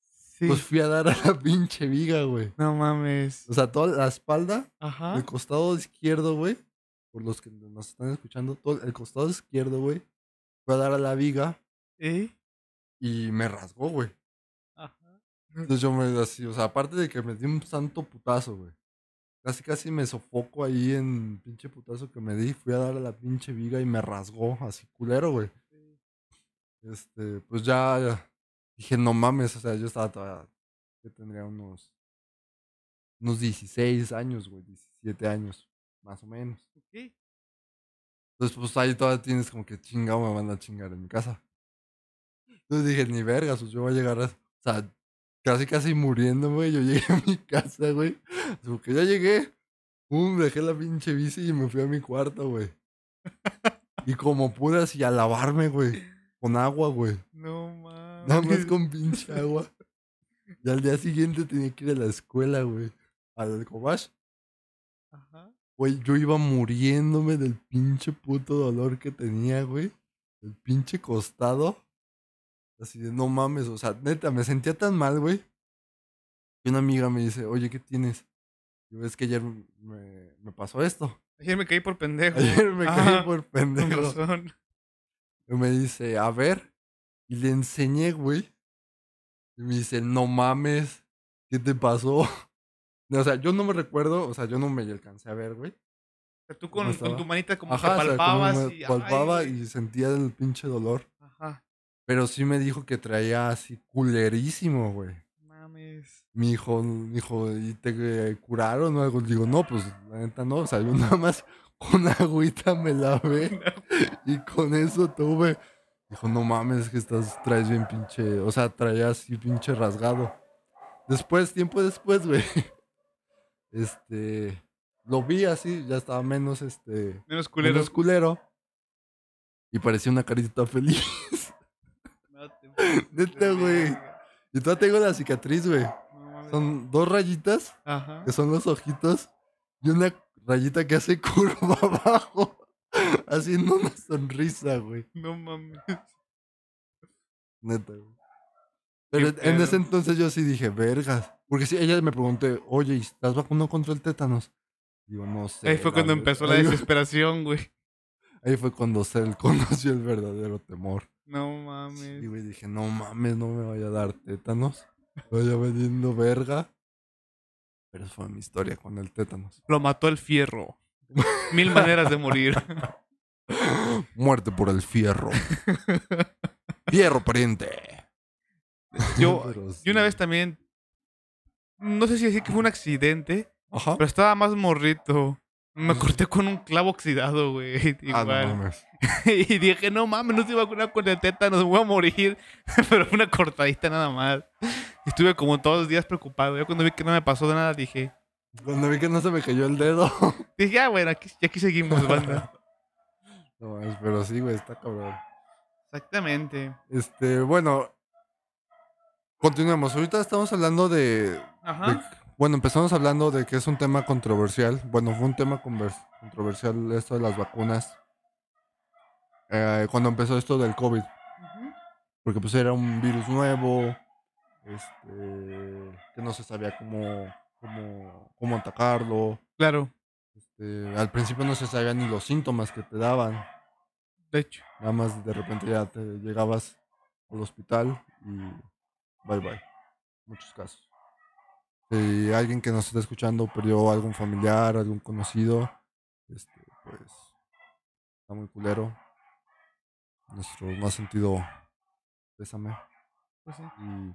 S2: Sí.
S1: Pues fui a dar a la (laughs) pinche viga, güey.
S2: no mames.
S1: O sea, toda la espalda
S2: Ajá.
S1: El costado izquierdo, güey. Por los que nos están escuchando, todo el costado izquierdo, güey. Fue a dar a la viga
S2: ¿Eh?
S1: y me rasgó, güey.
S2: Ajá.
S1: Entonces yo me así, o sea, aparte de que me di un santo putazo, güey. Casi casi me sofoco ahí en pinche putazo que me di. Fui a dar a la pinche viga y me rasgó, así culero, güey. Este, pues ya, ya dije, no mames, o sea, yo estaba todavía, yo tendría unos, unos 16 años, güey, 17 años, más o menos.
S2: Ok.
S1: Entonces, pues ahí todavía tienes como que chingado me van a chingar en mi casa. Entonces dije, ni vergas, pues yo voy a llegar a. O sea, casi casi muriendo, güey. Yo llegué a mi casa, güey. Como que ya llegué. Pum, dejé la pinche bici y me fui a mi cuarto, güey. Y como pude así a lavarme, güey. Con agua, güey.
S2: (laughs) No mames.
S1: Nada más con pinche agua. Y al día siguiente tenía que ir a la escuela, güey. Al cobash.
S2: Ajá.
S1: Güey, yo iba muriéndome del pinche puto dolor que tenía, güey. El pinche costado. Así de, no mames, o sea, neta, me sentía tan mal, güey. Y una amiga me dice, oye, ¿qué tienes? Y yo, es que ayer me, me pasó esto. (laughs)
S2: Ayer me caí por pendejo.
S1: Ayer me
S2: Ajá,
S1: caí por
S2: Con
S1: pendejo.
S2: razón.
S1: Y me dice, a ver. Y le enseñé, güey. Y me dice, no mames, ¿qué te pasó? (laughs) O sea, yo no me recuerdo, o sea, yo no me alcancé a ver, güey.
S2: O sea, tú
S1: ¿Cómo
S2: con,
S1: estaba?
S2: con tu manita como que
S1: o sea, como
S2: palpabas
S1: me
S2: y. ay,
S1: palpaba
S2: güey.
S1: y sentía el pinche dolor.
S2: Ajá.
S1: Pero sí me dijo que traía así culerísimo, güey.
S2: Mames.
S1: Mi hijo, mi hijo, ¿y te eh, curaron o algo? Digo, no, pues la neta no. O sea, yo (laughs) nada más con agüita me lavé y con eso tuve. Dijo, no mames, que estás, traes bien pinche, o sea, traía así pinche rasgado. Después, tiempo después, güey, (laughs) este, lo vi así, ya estaba menos, este,
S2: Menos culero.
S1: culero. culero. Y parecía una carita feliz. (laughs)
S2: No te
S1: Neta, güey. Y todavía tengo la cicatriz, güey.
S2: No mames.
S1: Son dos rayitas,
S2: Ajá.
S1: que son los ojitos, y una rayita que hace (laughs) curva abajo, haciendo una sonrisa, güey.
S2: No mames.
S1: Neta, güey. Pero
S2: Qué
S1: en
S2: pedo.
S1: ese entonces yo sí dije, vergas. Porque si ella me pregunté, oye, ¿y ¿estás vacunado contra el tétanos? Digo, no sé.
S2: Ahí fue
S1: la
S2: cuando
S1: verdad".
S2: empezó la
S1: Ahí-
S2: desesperación, güey.
S1: Ahí fue cuando (laughs) se conoció el verdadero temor.
S2: No
S1: Y
S2: mames.
S1: güey, dije, no mames, no me vaya a dar tétanos. Me vaya vendiendo verga. Pero fue mi historia con el tétanos.
S2: Lo mató
S1: (laughs)
S2: el fierro. Mil maneras de morir.
S1: Muerte por el
S2: (laughs)
S1: fierro. fierro, pariente.
S2: Yo,
S1: (laughs) Pero
S2: yo una
S1: sí.
S2: vez también. No sé si decir que fue un accidente,
S1: Ajá.
S2: pero estaba más morrito. Me corté con un clavo oxidado, güey.
S1: Ah, no
S2: Igual.
S1: mames.
S2: (laughs) y dije, no mames, no estoy vacunado con el tétano, me voy a morir. (laughs) Pero fue una cortadita nada más. Y Estuve como todos los días preocupado. Yo cuando vi que no me pasó de nada, dije,
S1: Cuando vi que no se me cayó el dedo. (laughs)
S2: dije, ya, bueno, aquí, aquí seguimos, banda.
S1: No mames, pero sí, güey, está cabrón.
S2: (laughs) Exactamente.
S1: Este, bueno. Continuemos. Ahorita estamos hablando de,
S2: Ajá.
S1: Bueno, empezamos hablando de que es un tema controversial. Bueno, fue un tema convers- controversial esto de las vacunas. Eh, cuando empezó esto del COVID. Porque pues era un virus nuevo. Este. Que no se sabía cómo. cómo, cómo atacarlo.
S2: Claro,
S1: Este, al principio no se sabían ni los síntomas que te daban.
S2: de hecho.
S1: Nada más de repente ya te llegabas al hospital y bye bye. Muchos casos. Si alguien que nos está escuchando perdió algún familiar, algún conocido, este, pues está muy culero. Nuestro más sentido pésame.
S2: Pues, sí.
S1: Y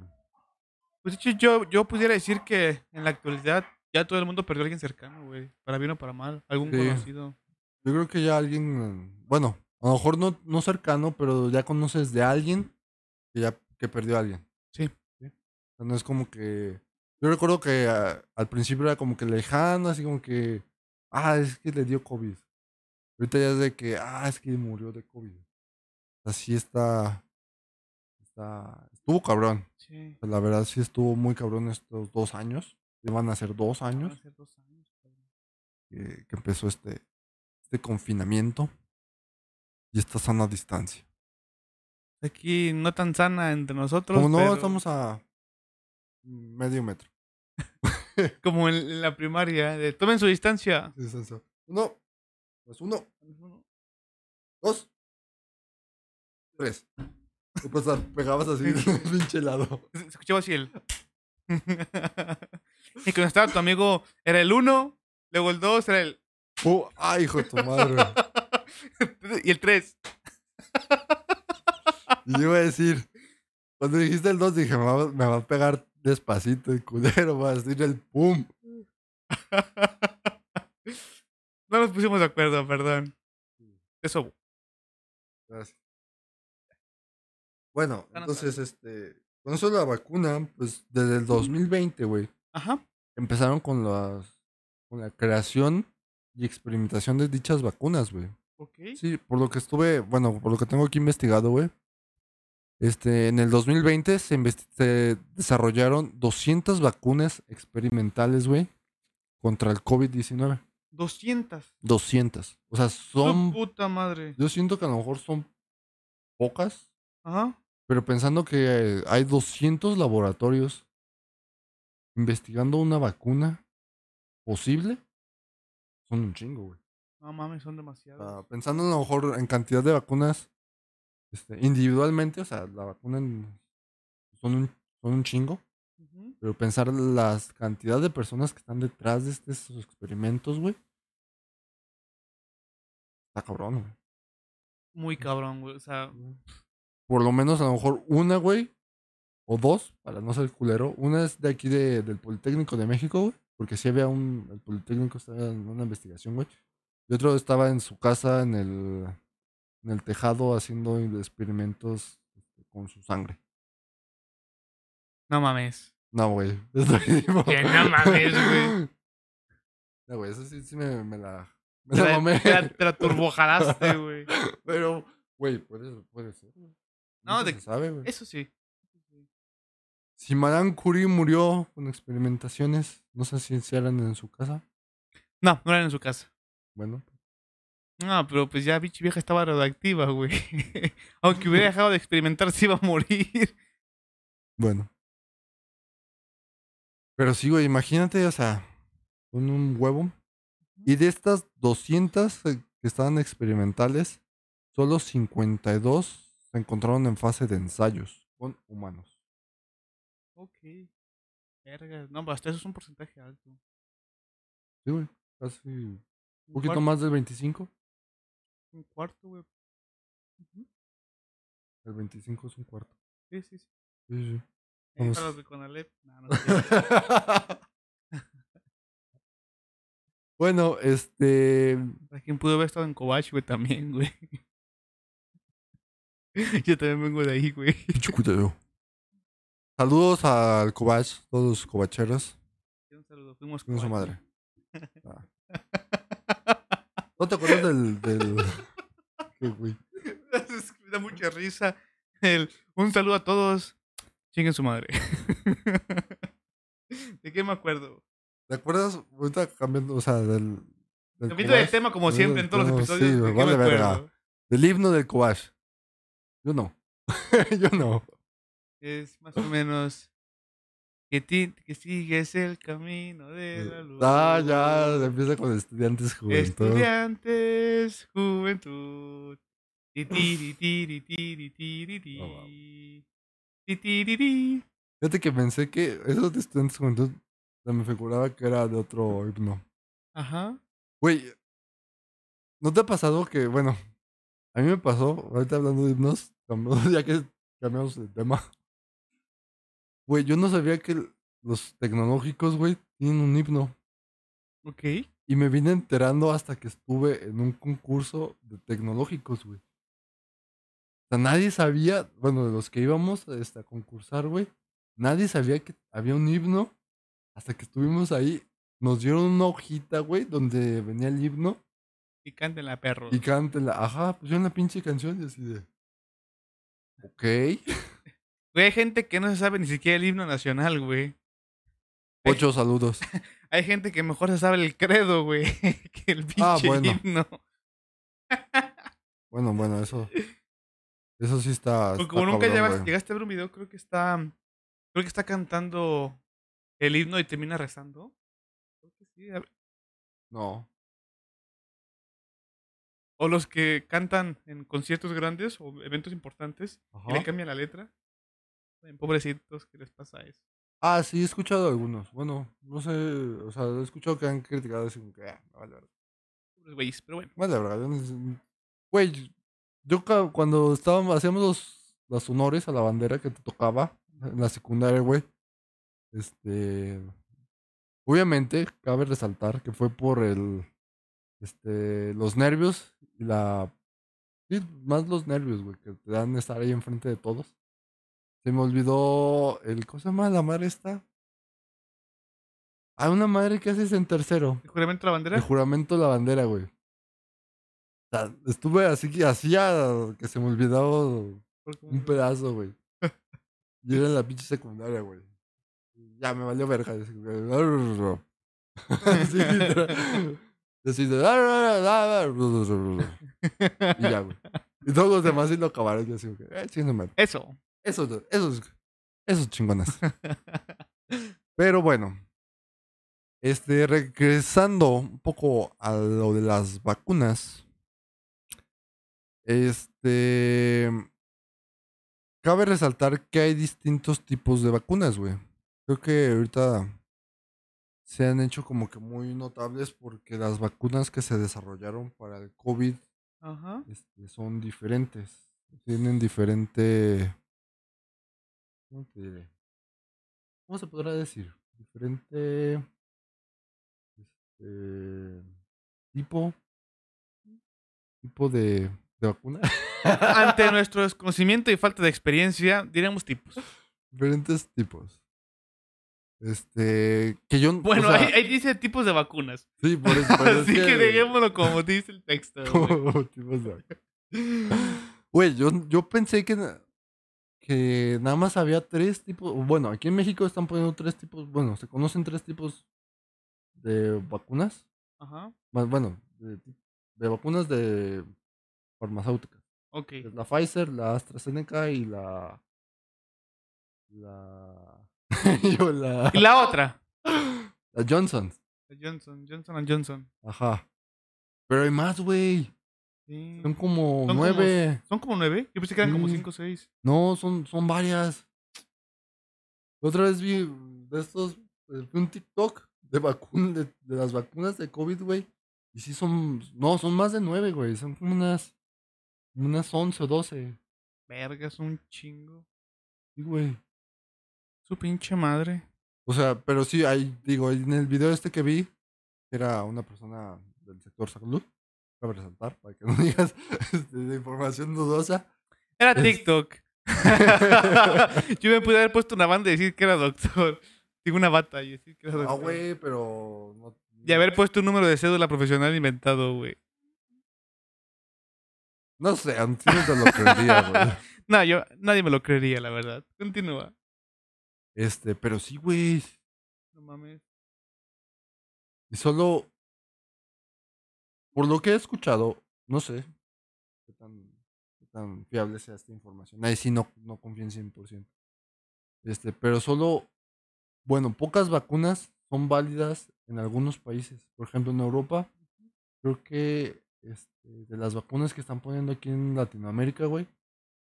S2: Pues, de hecho, yo, yo pudiera decir que en la actualidad ya todo el mundo perdió a alguien cercano, güey. Para bien o para mal. Algún
S1: Sí.
S2: conocido.
S1: yo creo que ya alguien, mm, bueno, a lo mejor no, no cercano, pero ya conoces de alguien que ya que perdió a alguien.
S2: Sí.
S1: O sea, no es como que. Yo recuerdo que ah, al principio era como que lejano, así como que. Ah, es que le dio COVID. Ahorita ya es de que. Ah, es que murió de COVID. Así está. está estuvo cabrón.
S2: Sí.
S1: O sea, La verdad, sí estuvo muy cabrón estos dos años. Ya van a ser dos
S2: Van a
S1: años
S2: ser dos años, cabrón.
S1: que, que empezó este, este confinamiento y esta sana distancia.
S2: Aquí no tan sana entre nosotros.
S1: Como no,
S2: pero
S1: estamos a medio metro.
S2: Como en, en la primaria. de, Tomen su distancia.
S1: Distancia. Uno, pues uno, dos, tres. Y pues ah, pegabas así un pinche helado.
S2: Se se escuchaba así el. (laughs) y cuando estaba tu amigo, era el uno, luego el dos, era el. (laughs)
S1: Oh, ay, hijo de tu madre.
S2: y el tres. (laughs)
S1: Y yo iba a decir, cuando dijiste el 2, dije, me va, me va a pegar despacito el culero, va a decir el pum.
S2: No nos pusimos de acuerdo, perdón. Eso.
S1: Gracias. Bueno,
S2: Buenas
S1: entonces, este, con eso de la vacuna, pues desde el 2020, güey,
S2: Ajá.
S1: empezaron con las, con la creación y experimentación de dichas vacunas, güey.
S2: Ok.
S1: Sí, por lo que estuve, bueno, por lo que tengo aquí investigado, güey. Este, en el 2020 se, investi- se desarrollaron 200 vacunas experimentales, güey, contra el COVID-19.
S2: 200.
S1: 200. O sea,
S2: Su
S1: son...
S2: puta madre.
S1: Yo siento que a lo mejor son pocas,
S2: Ajá.
S1: pero pensando que eh, hay 200 laboratorios investigando una vacuna posible, son un chingo, güey.
S2: No mames,
S1: O
S2: son
S1: sea,
S2: demasiados.
S1: pensando a lo mejor en cantidad de vacunas este, individualmente, o sea, la vacuna en- son, un, son un chingo,
S2: Ujú.
S1: pero pensar las cantidad de personas que están detrás de este- estos experimentos, güey. Está cabrón, güey.
S2: Muy cabrón, güey. O sea,
S1: Por lo menos a lo mejor una, güey, o dos, para no ser culero. Una es de aquí de- del Politécnico de México, güey, porque si había un, el Politécnico estaba en una investigación, güey. Y otro estaba en su casa, en el, en el tejado, haciendo experimentos este, con su sangre.
S2: no (laughs) mames.
S1: No, güey. (laughs) estoy-
S2: (laughs) Que no mames, güey.
S1: (laughs) No, güey, eso sí, sí me, me la... Me
S2: Te
S1: la
S2: la,
S1: mamé.
S2: te la- te la turbojalaste, (laughs) güey.
S1: (laughs) Pero, güey, puede, puede ser. güey.
S2: No,
S1: Nunca
S2: de-
S1: se sabe, güey.
S2: Eso sí.
S1: Si Madame Curie murió con experimentaciones, no sé si se harán en su casa.
S2: No, no eran en su casa.
S1: Bueno,
S2: No, pero pues ya bichi vieja estaba radioactiva, güey. (laughs) Aunque hubiera dejado de experimentar, se iba a morir.
S1: bueno. Pero sí, güey, imagínate, o sea, con un huevo. Y de estas 200 que estaban experimentales, solo 52 se encontraron en fase de ensayos con humanos.
S2: Ok. Verga. No, pero hasta eso es un porcentaje alto. Un
S1: Sí, güey, casi un poquito
S2: cuarto-
S1: más del 25.
S2: Un cuarto, güey. Ujú.
S1: El 25 es un cuarto.
S2: Sí, sí, sí.
S1: Sí, sí.
S2: Ahí
S1: Vamos.
S2: para los de Conalep. No, no, es (laughs) cierto.
S1: (laughs) bueno, este.
S2: Para quien pudo haber estado en Cobach, güey, también, güey. (laughs) Yo también vengo de ahí, güey.
S1: Pinche culero. Saludos al Cobach, todos los cobacheros.
S2: Un saludo. Fuimos
S1: Con su
S2: Covach.
S1: madre. Ah. ¿No te acuerdas del. del... Qué güey.
S2: (laughs) Es que Me da mucha risa. El, un saludo a todos. Chinguen su madre. (laughs) ¿De qué me acuerdo?
S1: ¿Te acuerdas? Ahorita cambiando, o sea, del. Del,
S2: Cambiando de
S1: Cobach,
S2: tema como
S1: Sí,
S2: siempre en todos los
S1: no,
S2: episodios.
S1: sí, pues,
S2: ¿de qué
S1: vale
S2: me acuerdo?
S1: verga. del himno del Kovash. Yo no. (laughs) Yo no.
S2: Es más o menos. Que, ti- que sigues el camino de la luz.
S1: Ah, ya, empieza con estudiantes juventud.
S2: Estudiantes, juventud. Ti, ti, ti, ti, ti, ti, ti, ti, ti.
S1: No, wow.
S2: Ti, ti, ti, ti.
S1: Fíjate que pensé que eso de estudiantes juventud se me figuraba que era de otro himno.
S2: Ajá.
S1: Güey, ¿no te ha pasado que, bueno, a mí me pasó, ahorita hablando de himnos, (laughs) cambiamos- ya que cambiamos de tema. Güey, yo no sabía que el- los tecnológicos, güey, tienen un himno.
S2: Ok.
S1: Y me vine enterando hasta que estuve en un concurso de tecnológicos, güey. O sea, nadie sabía, bueno, de los que íbamos este, a concursar, güey, nadie sabía que había un himno hasta que estuvimos ahí. Nos dieron una hojita, güey, donde venía el himno
S2: Y cántenla, perros.
S1: y cántela. Ajá, pues yo en la pinche canción y así de. Ok.
S2: Güey, hay gente que no se sabe ni siquiera el himno nacional, güey.
S1: Ocho saludos.
S2: Hay gente que mejor se sabe el credo, güey, (laughs) que el pinche
S1: Ah, bueno.
S2: himno.
S1: Bueno, bueno, eso. Eso sí está.
S2: Porque
S1: está
S2: como nunca
S1: cabrón,
S2: llevas-
S1: güey.
S2: llegaste a ver un video, creo que está. mm, Creo que está cantando el himno y termina rezando. Creo que sí. a-
S1: No.
S2: O los que cantan en conciertos grandes o eventos importantes y le
S1: Ajá.
S2: cambian la letra. Ay, Pobrecitos, ¿qué les pasa a eso?
S1: Ah, sí, he escuchado algunos. Bueno, no sé. O sea, he escuchado que han criticado así como que. Ah, vale, verga.
S2: Pobres güeyes, pero bueno.
S1: Vale, verga, yo no sé- Güey, yo ca- cuando estábamos, hacíamos los, los honores a la bandera que te tocaba en la secundaria, güey. Este. Obviamente, cabe resaltar que fue por el. Este. Los nervios y la. Sí, más los nervios, güey, que te dan estar ahí enfrente de todos. Se me olvidó el. ¿Cómo se llama la madre esta? Hay una madre que haces en tercero.
S2: ¿El juramento a la
S1: El
S2: bandera?
S1: juramento de la bandera, güey. O sea, estuve así que hacía que se me olvidaba un
S2: Porque como- (laughs)
S1: pedazo, güey. Y era en la pinche secundaria, güey. Y Ya me valió verga. así que- (laughs) Así, literal. Así ah, de- Y ya, güey. Y todos los demás sí lo acabaron. Y así, güey. Eh, chingue su madre.
S2: Eso.
S1: Esos, esos, esos chingones. Pero bueno. Este, regresando un poco a lo de las vacunas. Este. Cabe resaltar que hay distintos tipos de vacunas, güey. Creo que ahorita se han hecho como que muy notables porque las vacunas que se desarrollaron para el COVID
S2: Ajá.
S1: este, son diferentes. Tienen diferente. ¿Cómo te diré? ¿Cómo se podrá decir? Diferente. Este. Tipo. Tipo de, de vacuna. (laughs)
S2: Ante nuestro desconocimiento y falta de experiencia, diremos tipos.
S1: (laughs) diferentes tipos. Este. Que yo. o
S2: Bueno,
S1: sea,
S2: ahí, ahí dice tipos de vacunas.
S1: Sí, por eso.
S2: (laughs)
S1: por eso
S2: Así
S1: es
S2: que dejémoslo como dice el texto.
S1: (laughs)
S2: güey.
S1: como tipos de
S2: (laughs)
S1: Güey, yo, yo pensé que, na- que nada más había tres tipos. Bueno, aquí en México están poniendo tres tipos. Bueno, se conocen tres tipos de vacunas.
S2: Ajá.
S1: Más, bueno, de, de vacunas de farmacéuticas.
S2: Ok.
S1: que es La Pfizer, la AstraZeneca y la. La. (laughs) yo la.
S2: Y la otra.
S1: La Johnson.
S2: Johnson, Johnson and Johnson.
S1: Ajá. Pero hay más, güey.
S2: Sí.
S1: Son como
S2: Son como-
S1: nueve.
S2: ¿Son como nueve? Yo pensé que eran como
S1: Mm.
S2: cinco o seis.
S1: No, son, son varias. Otra vez vi de estos, eh, vi un TikTok de, vacun- de, de las vacunas de COVID, güey. Y sí son, no, son más de nueve, güey. Son como unas, como unas once o doce.
S2: Vergas, un chingo.
S1: Sí, güey.
S2: Su pinche madre.
S1: O sea, pero sí, ahí, digo, en el video este que vi, era una persona del sector salud. Para presentar, para que (laughs) no digas este, de información dudosa.
S2: Era
S1: Es-
S2: TikTok. (laughs) Yo me pude haber puesto una banda y decir que era doctor. (laughs) Digo una bata y decir que era
S1: Ah,
S2: doctor.
S1: güey, pero. No,
S2: y haber puesto un número de cédula profesional inventado, güey.
S1: No sé, antes no te lo creería, güey.
S2: No, yo, nadie me lo creería, la verdad. Continúa.
S1: Este, pero sí, güey.
S2: No mames.
S1: Y solo. Por lo que he escuchado, no sé qué tan, qué tan fiable sea esta información. Ahí sí no, no confío en 100%. Este, pero solo. Bueno, pocas vacunas son válidas en algunos países. Por ejemplo, en Europa, creo que este, de las vacunas que están poniendo aquí en Latinoamérica, güey,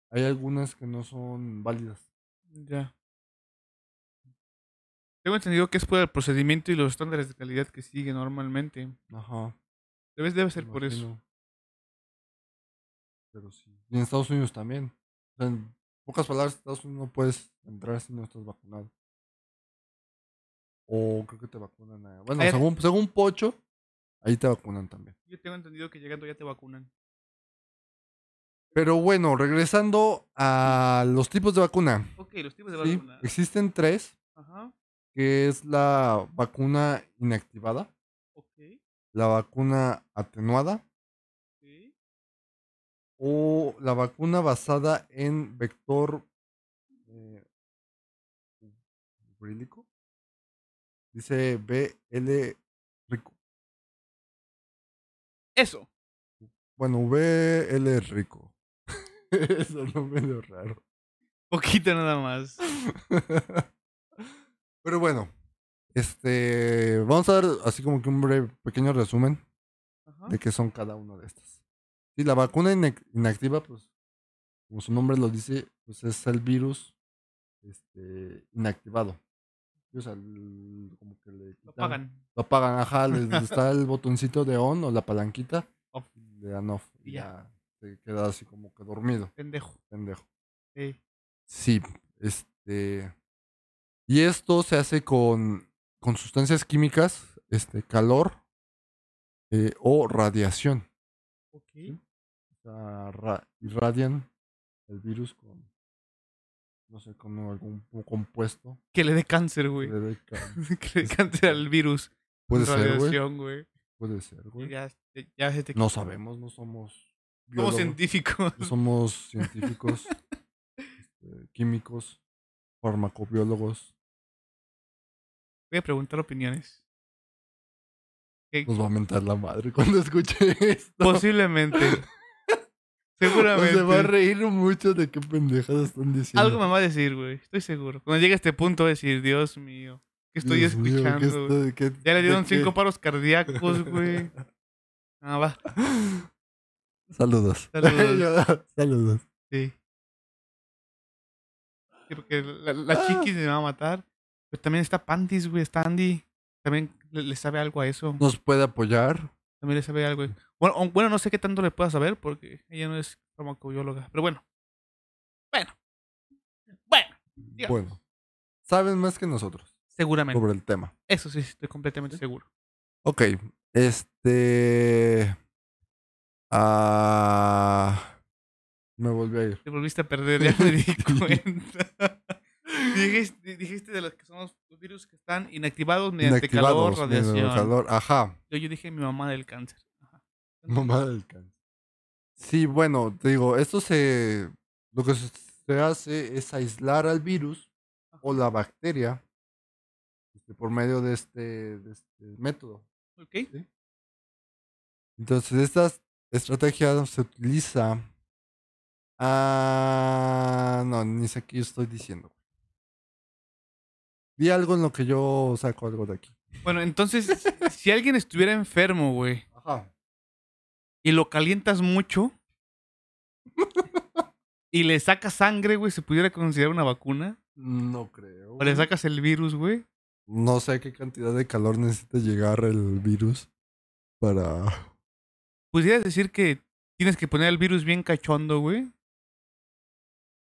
S1: hay algunas que no son válidas.
S2: Ya. Tengo entendido que es por el procedimiento y los estándares de calidad que sigue normalmente.
S1: Ajá.
S2: Tal vez debe ser por eso.
S1: imagino. Pero sí. Y en Estados Unidos también. O sea, en pocas palabras, Estados Unidos no puedes entrar si no estás vacunado. O creo que te vacunan. a- Bueno,
S2: Ay,
S1: según, según Pocho, ahí te vacunan también.
S2: Yo tengo entendido que llegando ya te vacunan.
S1: Pero bueno, regresando a los tipos de vacuna.
S2: Ok, los tipos de
S1: Sí,
S2: vacunas.
S1: existen tres,
S2: Ajá.
S1: que es la vacuna inactivada,
S2: Ok.
S1: la vacuna atenuada
S2: Sí.
S1: o la vacuna basada en vector eh, ubrílico. Dice BL rico.
S2: Eso.
S1: Bueno, VL rico. (laughs) Eso es lo medio raro. (laughs)
S2: Poquito nada más.
S1: Pero bueno, este vamos a dar así como que un breve pequeño resumen
S2: Ajá.
S1: de qué son cada una de estas. Sí, la vacuna inac- inactiva, pues, como su nombre lo dice, pues es el virus este, inactivado. Sí, O sea, el- como que le
S2: Lo
S1: quitan-
S2: pagan.
S1: Lo apagan, ajá, le está el botoncito de on o la palanquita,
S2: Off.
S1: le dan off. Y
S2: Y
S1: ya
S2: ya.
S1: se queda así como que dormido,
S2: Pendejo. Eh,
S1: pendejo.
S2: Sí.
S1: Sí, este. Y esto se hace con, con sustancias químicas, este, calor eh, o radiación.
S2: Ok.
S1: O sea, ra- irradian el virus con, no sé, con algún po- compuesto.
S2: Que le dé cáncer,
S1: que
S2: güey.
S1: le dé
S2: (laughs)
S1: ca-
S2: que le dé cáncer al virus.
S1: Puede ser, güey.
S2: Radiación, güey.
S1: Puede ser,
S2: Y
S1: güey.
S2: Ya, ya se te
S1: No
S2: quita.
S1: sabemos, no somos
S2: Somos
S1: biólogos,
S2: científicos.
S1: no somos científicos, este, químicos,
S2: (laughs)
S1: farmacobiólogos.
S2: (laughs) Voy a preguntar opiniones. Que
S1: Nos va a mentar la madre cuando escuche esto.
S2: Pues,
S1: (laughs)
S2: Posiblemente. Seguramente.
S1: Se va a reír mucho de qué pendejadas están diciendo.
S2: Algo me va a decir, güey. Estoy seguro. Cuando llegue a este punto, voy a decir, Dios mío, ¿qué estoy
S1: Dios mío, ¿qué
S2: escuchando? güey?
S1: estoy- qué-
S2: Ya le
S1: de
S2: dieron
S1: qué?
S2: cinco paros
S1: (laughs)
S2: cardíacos, güey. Ah, va.
S1: Saludos.
S2: Saludos.
S1: (laughs) Saludos.
S2: Sí. Sí, porque la,
S1: Ah.
S2: la chiquis me va a matar. Pero también está Pantis, güey. Está Andy. También le, le sabe algo a eso.
S1: Nos puede apoyar.
S2: También le sabe algo. Bueno, o- bueno, no sé qué tanto le pueda saber porque ella no es farmacobióloga. Pero bueno. Bueno. Bueno. digamos.
S1: Bueno, saben más que nosotros
S2: Seguramente.
S1: sobre el tema.
S2: Eso sí, estoy completamente seguro.
S1: Ok, este. Ah, me volví a ir.
S2: Te volviste a perder, ya
S1: (laughs)
S2: me di cuenta. (laughs) dijiste, dijiste de los que son los virus que están inactivados mediante calor,
S1: Inactivados,
S2: radiación.
S1: medio calor. Ajá,
S2: Yo, yo dije mi mamá del cáncer. Ajá.
S1: mamá del cáncer. Sí, bueno, te digo, esto se. Lo que se hace es aislar al virus o la bacteria este, por medio de este, de este método.
S2: Ok,
S1: Entonces, esta estrategia se utiliza. Ah, no, ni sé qué estoy diciendo. güey. Di algo en lo que yo saco algo de aquí.
S2: Bueno, entonces, si alguien estuviera enfermo, güey,
S1: Ajá.
S2: y lo
S1: (laughs)
S2: calientas mucho y le sacas sangre, güey, ¿se pudiera considerar una vacuna?
S1: No creo.
S2: ¿O le
S1: güey.
S2: sacas el virus, güey?
S1: No sé qué cantidad de calor necesita llegar el virus para.
S2: ¿Pudieras decir que tienes que poner el virus bien cachondo, güey?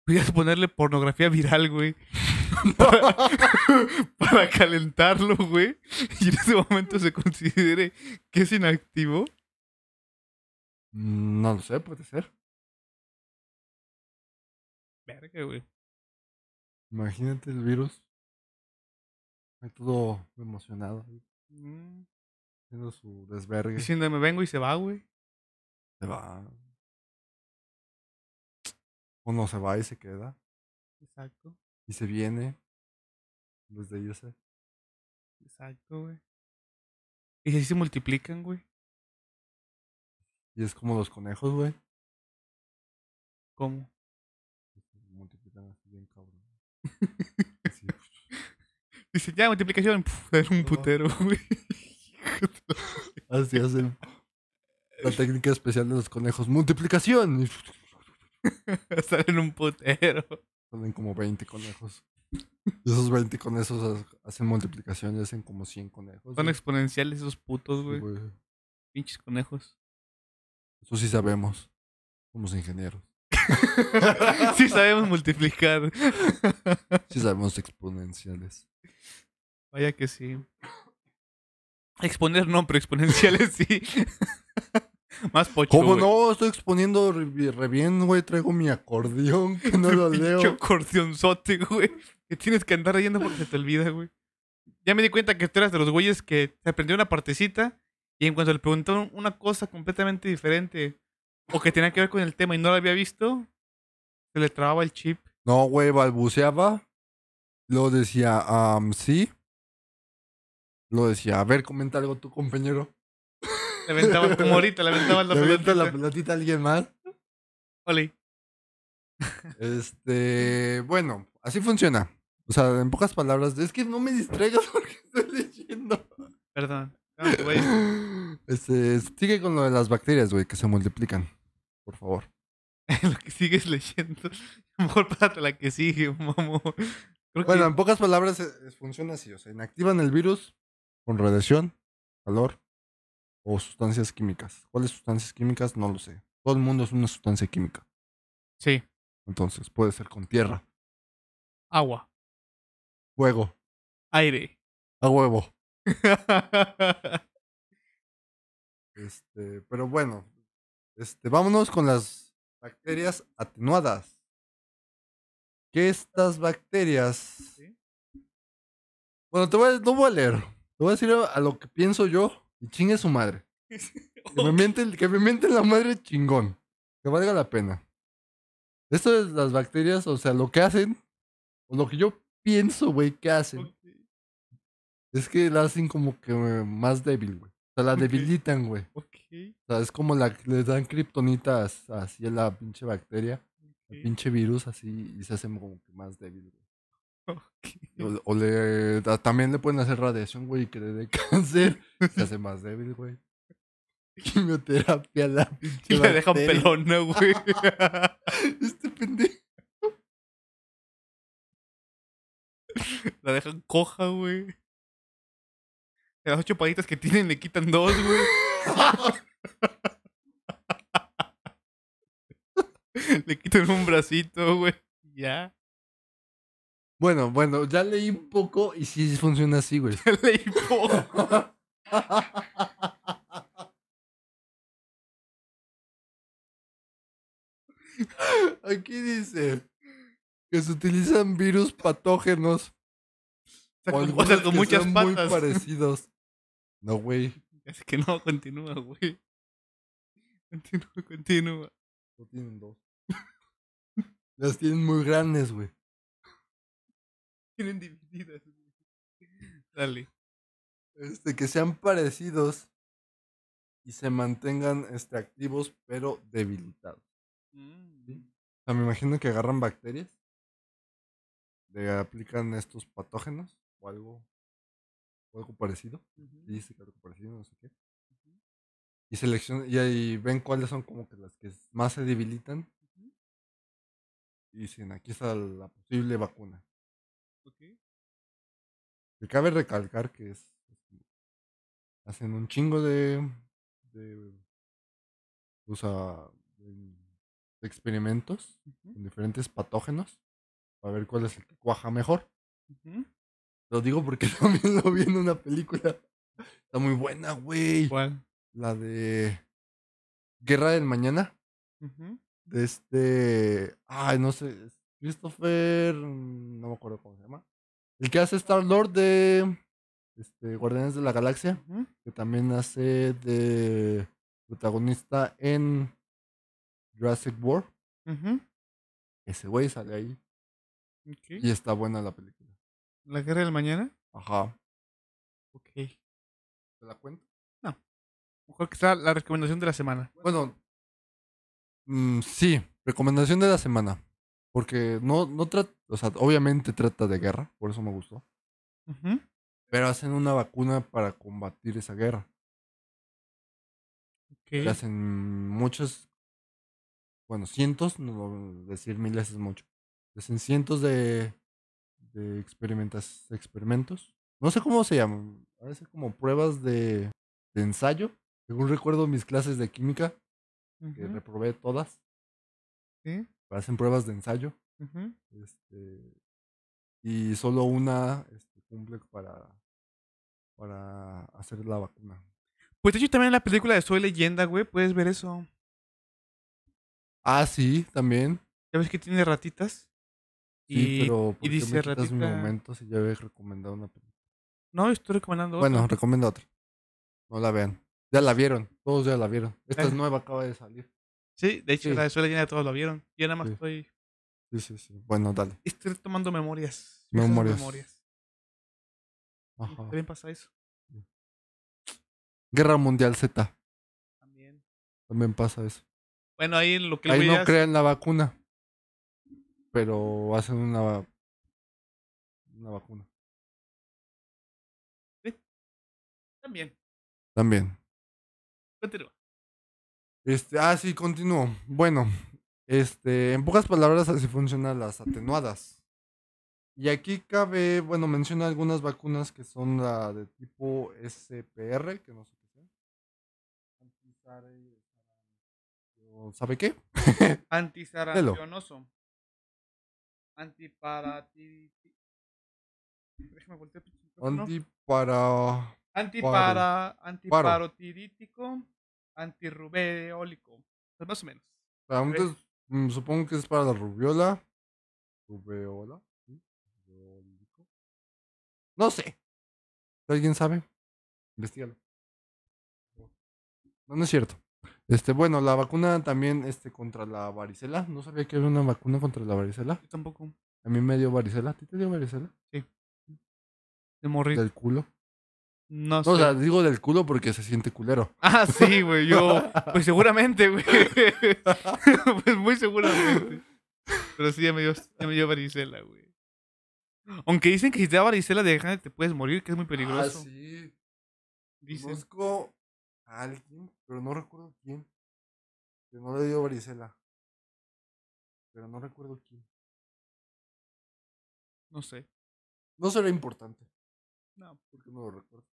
S2: ¿Pudieras ponerle pornografía viral, güey? (laughs) Para, (laughs) para calentarlo, güey. Y en ese momento se considere que es inactivo.
S1: Mm, (laughs) No lo sé, puede ser.
S2: Verga, güey.
S1: Imagínate el virus. Ahí todo emocionado, ahí
S2: Mm.
S1: haciendo su desvergue.
S2: Diciendo, me vengo y se va, güey.
S1: Se va. O no se va y se queda.
S2: Exacto,
S1: Y se viene. Desde irse.
S2: exacto, güey. Y si se multiplican, güey.
S1: Y es como los conejos, güey.
S2: ¿Cómo?
S1: Se Multiplican así bien cabrón. Sí.
S2: Dice, ya, multiplicación. Puf, (laughs) era un putero, (laughs) güey.
S1: (laughs) Así hacen la técnica especial de los conejos. Multiplicación. Y
S2: Salen un putero.
S1: Salen como 20 conejos. Y esos 20 conejos ha- hacen multiplicación y hacen como 100 conejos.
S2: Son
S1: güey.
S2: exponenciales esos putos,
S1: Sí,
S2: güey.
S1: güey.
S2: Pinches conejos.
S1: Eso sí sabemos. Somos
S2: (laughs)
S1: ingenieros.
S2: sí sabemos multiplicar.
S1: Sí sabemos exponenciales.
S2: Vaya que sí. Exponer no, pero exponenciales (laughs) sí. Más pocho,
S1: ¿Cómo
S2: güey.
S1: no? Estoy exponiendo re, re bien, güey. Traigo mi acordeón (laughs) que no lo
S2: Pinche
S1: leo.
S2: acordeonzote, güey. Que tienes que andar leyendo porque se te olvida, güey. Ya me di cuenta que tú eras de los güeyes que se aprendió una partecita y en cuanto le preguntaron una cosa completamente diferente o que tenía que ver con el tema y no la había visto, se le trababa el chip.
S1: No, güey, balbuceaba. Luego decía, am, sí. Luego decía, a ver, comenta algo tu compañero.
S2: (laughs) Le aventaba como ahorita, le aventaba la
S1: Le avienta la
S2: pelotita.
S1: pelotita a alguien más.
S2: Ole.
S1: Este, bueno, así funciona. O sea, en pocas palabras, es que no me distraigas (laughs) porque estoy leyendo.
S2: Perdón. No, güey.
S1: Este, sigue con lo de las bacterias, güey, que se multiplican. Por favor.
S2: (laughs) Lo que sigues leyendo. Mejor pásate la que sigue, (laughs) mamo. Creo
S1: Bueno,
S2: que
S1: en pocas palabras eh, eh, funciona así. O sea, inactivan el virus con radiación, calor o sustancias químicas. ¿Cuáles sustancias químicas? No lo sé. Todo el mundo es una sustancia química.
S2: sí.
S1: Entonces, puede ser con tierra,
S2: Agua.
S1: fuego,
S2: Aire.
S1: a huevo. Este, pero bueno, este, vámonos con las bacterias atenuadas. Que estas bacterias.
S2: Sí.
S1: Bueno, te voy a, no voy a leer. Te voy a decir a lo que pienso yo y chingue su
S2: (laughs)
S1: madre. Que me mienten, que me mienten la madre chingón. Que valga la pena. Esto de las bacterias, o sea, lo que hacen, o lo que yo pienso, güey, que hacen, es que la hacen como que eh, más débil, güey. O sea, la
S2: Ok.
S1: debilitan, güey.
S2: Ok,
S1: O sea, es como la que le dan kriptonitas así a la pinche bacteria, al
S2: ok,
S1: pinche virus así y se hace como que más débil, güey.
S2: ok.
S1: O, o le ta- también le pueden hacer radiación, güey, y que le dé (laughs) cáncer, se hace más débil,
S2: (laughs)
S1: güey. Quimioterapia a la pinche
S2: Y la dejan
S1: bacteria. (laughs)
S2: pelona, güey.
S1: Este pendejo. (laughs)
S2: La dejan coja, güey. De las ocho palitas que tienen, le quitan dos, güey. (laughs) Le quitan un bracito, güey. Ya. (laughs)
S1: Bueno, bueno, ya leí un poco y sí funciona así, güey.
S2: Le
S1: (laughs)
S2: hipo.
S1: Aquí dice que se utilizan virus patógenos
S2: O sea, con- o
S1: algunos
S2: sea, con
S1: que
S2: muchas
S1: sean muy
S2: patas.
S1: parecidos. No, güey,
S2: Así que no, continúa, güey. Continúa, continúa.
S1: no tienen dos. Las tienen muy grandes, güey.
S2: Tienen divididas, güey. Dale.
S1: Este, que sean parecidos y se mantengan este, activos pero debilitados. O sea, me imagino que agarran bacterias, le aplican estos patógenos o algo, o algo parecido. y dice que algo parecido, no sé qué. Y seleccionan, y ahí ven cuáles son como que las que más se debilitan. Y dicen, aquí está la posible vacuna.
S2: Ok.
S1: Que cabe recalcar que es, es- hacen un chingo de, de o sea, de experimentos con diferentes patógenos para ver cuál es el que cuaja mejor.
S2: Ujú.
S1: Lo digo porque (laughs) también lo vi en una película. Está muy buena, güey.
S2: ¿Cuál?
S1: la de Guerra del Mañana,
S2: Ujú.
S1: de este, ay, no sé, es Christopher, mm, no me acuerdo cómo se llama, el que hace Star Lord de este, Guardianes de la Galaxia,
S2: Ujú.
S1: que también hace de protagonista en Jurassic World,
S2: Ujú.
S1: ese güey sale ahí
S2: Ok.
S1: y está buena la película.
S2: ¿La guerra del mañana?
S1: Ajá.
S2: Ok.
S1: ¿Te la cuento?
S2: Mejor que está la recomendación de la semana.
S1: Bueno, mm, sí, recomendación de la semana. Porque no, no trata, o sea, obviamente trata de guerra, por eso me gustó.
S2: Ujú.
S1: Pero hacen una vacuna para combatir esa guerra.
S2: Ok.
S1: Que hacen muchos, bueno, cientos, no decir miles es mucho. Hacen cientos de, de experimentas, experimentos. No sé cómo se llaman. A veces como pruebas de, de ensayo. Según recuerdo mis clases de química, que
S2: Ujú.
S1: reprobé todas,
S2: Sí.
S1: hacen pruebas de ensayo.
S2: Ujú.
S1: Este, y solo una este, cumple para, para hacer la vacuna.
S2: Pues de hecho también en la película de Soy Leyenda, güey, puedes ver eso.
S1: Ah, sí, también.
S2: Ya ves que tiene ratitas.
S1: Sí,
S2: Y
S1: pero ¿por qué
S2: dice
S1: me quitas mi
S2: ratita-
S1: momento si ya habías recomendado una película?
S2: no, estoy recomendando otra.
S1: Bueno, recomiendo otra. No la vean. Ya la vieron. Todos ya la vieron. Esta
S2: (laughs)
S1: es
S2: Ah.
S1: nueva, acaba de salir.
S2: Sí, de hecho
S1: sí.
S2: la de Soy Leyenda todos lo vieron. Yo nada más
S1: Sí.
S2: estoy
S1: Sí, sí, sí. Bueno, dale.
S2: estoy tomando memorias. viejas
S1: Memorias.
S2: memorias.
S1: Ajá.
S2: También pasa eso.
S1: Guerra Mundial Z.
S2: También.
S1: También pasa eso.
S2: Bueno, ahí lo que le
S1: Ahí
S2: voy
S1: no
S2: a
S1: crean la vacuna. Pero hacen una, va- una vacuna.
S2: También.
S1: También.
S2: Continúa.
S1: Este, ah, sí, continúo. Bueno, este, en pocas palabras así funcionan las atenuadas. Y aquí cabe, bueno, menciona algunas vacunas que son la de tipo SPR, que no sé qué sea. Antisare- o ¿Sabe qué?
S2: Antisaracionoso. Antiparati. Déjame voltear. pinche micrófono.
S1: Antipara...
S2: Antipara, antiparotirítico, antirrubeólico. Pues más o menos.
S1: para un des- mm, supongo que es para la rubiola. Rubeola. ¿sí? Rubeólico. No sé. ¿Alguien sabe? Investígalo. No, no es cierto. Este, bueno, la vacuna también este, contra la varicela. No sabía que había una vacuna contra la varicela.
S2: Yo tampoco.
S1: A mí me dio varicela. ¿A ti te dio varicela?
S2: De morir.
S1: Del culo.
S2: No sé.
S1: No, o sea, digo del culo porque se siente culero.
S2: ah, sí, güey. Yo. Pues seguramente, güey. (laughs) pues muy seguramente. Pero sí, ya me dio, ya me dio varicela, güey. Aunque dicen que si te da varicela de grande te puedes morir, que es muy peligroso.
S1: Ah, sí.
S2: Dicen.
S1: Conozco a alguien, pero no recuerdo quién. Que no le dio varicela. Pero no recuerdo quién.
S2: No sé.
S1: No será importante,
S2: No,
S1: porque no lo recuerdo.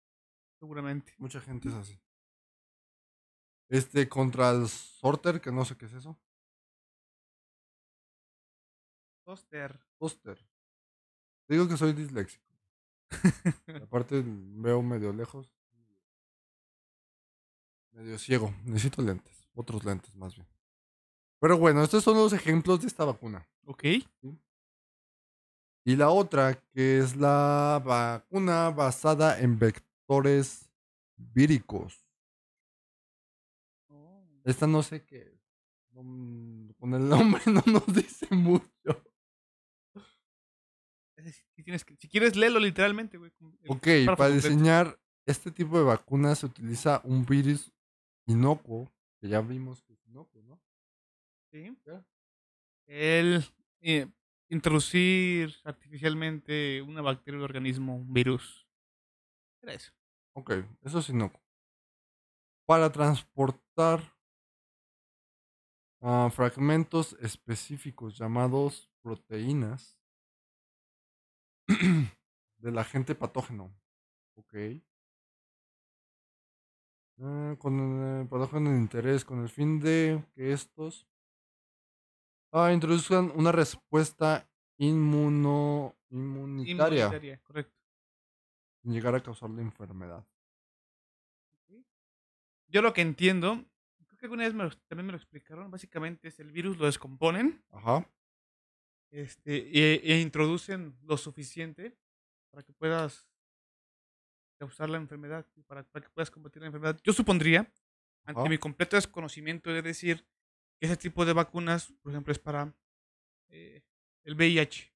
S2: seguramente.
S1: Mucha gente es así. Este contra el sorter, que no sé qué es eso.
S2: Toster.
S1: Toster. Te digo que soy disléxico. Aparte mm, veo medio lejos. Medio ciego. Necesito lentes. Otros lentes más bien. Pero bueno, estos son los ejemplos de esta vacuna.
S2: Ok.
S1: Y la otra, que es la vacuna basada en vectores víricos. Esta no sé qué es. No- mm, con el (laughs) nombre no nos dice mucho.
S2: Ese sí tienes que- si quieres, léelo literalmente, güey. eh, con- el
S1: Ok,
S2: párrafo
S1: para
S2: completo.
S1: diseñar este tipo de vacunas se utiliza un virus inocuo, que ya vimos que es inocuo, ¿no?
S2: Sí.
S1: Ya.
S2: El eh, introducir artificialmente una bacteria, un organismo, un virus. Era eso.
S1: Ok, eso es inocuo. Para transportar ah, fragmentos específicos llamados proteínas (clears throat) del agente patógeno. Ok. Ah, con el patógeno de interés, con el fin de que estos ah, introduzcan una respuesta inmuno, inmunitaria
S2: Inmunitaria, correcto.
S1: sin llegar a causar la enfermedad.
S2: Yo lo que entiendo, creo que alguna vez me lo- también me lo explicaron, básicamente es el virus lo descomponen
S1: Ajá.
S2: este, e, e introducen lo suficiente para que puedas causar la enfermedad, para, para que puedas combatir la enfermedad. Yo supondría, ante
S1: Ajá.
S2: mi completo desconocimiento, de decir que ese tipo de vacunas, por ejemplo, es para eh, el VIH.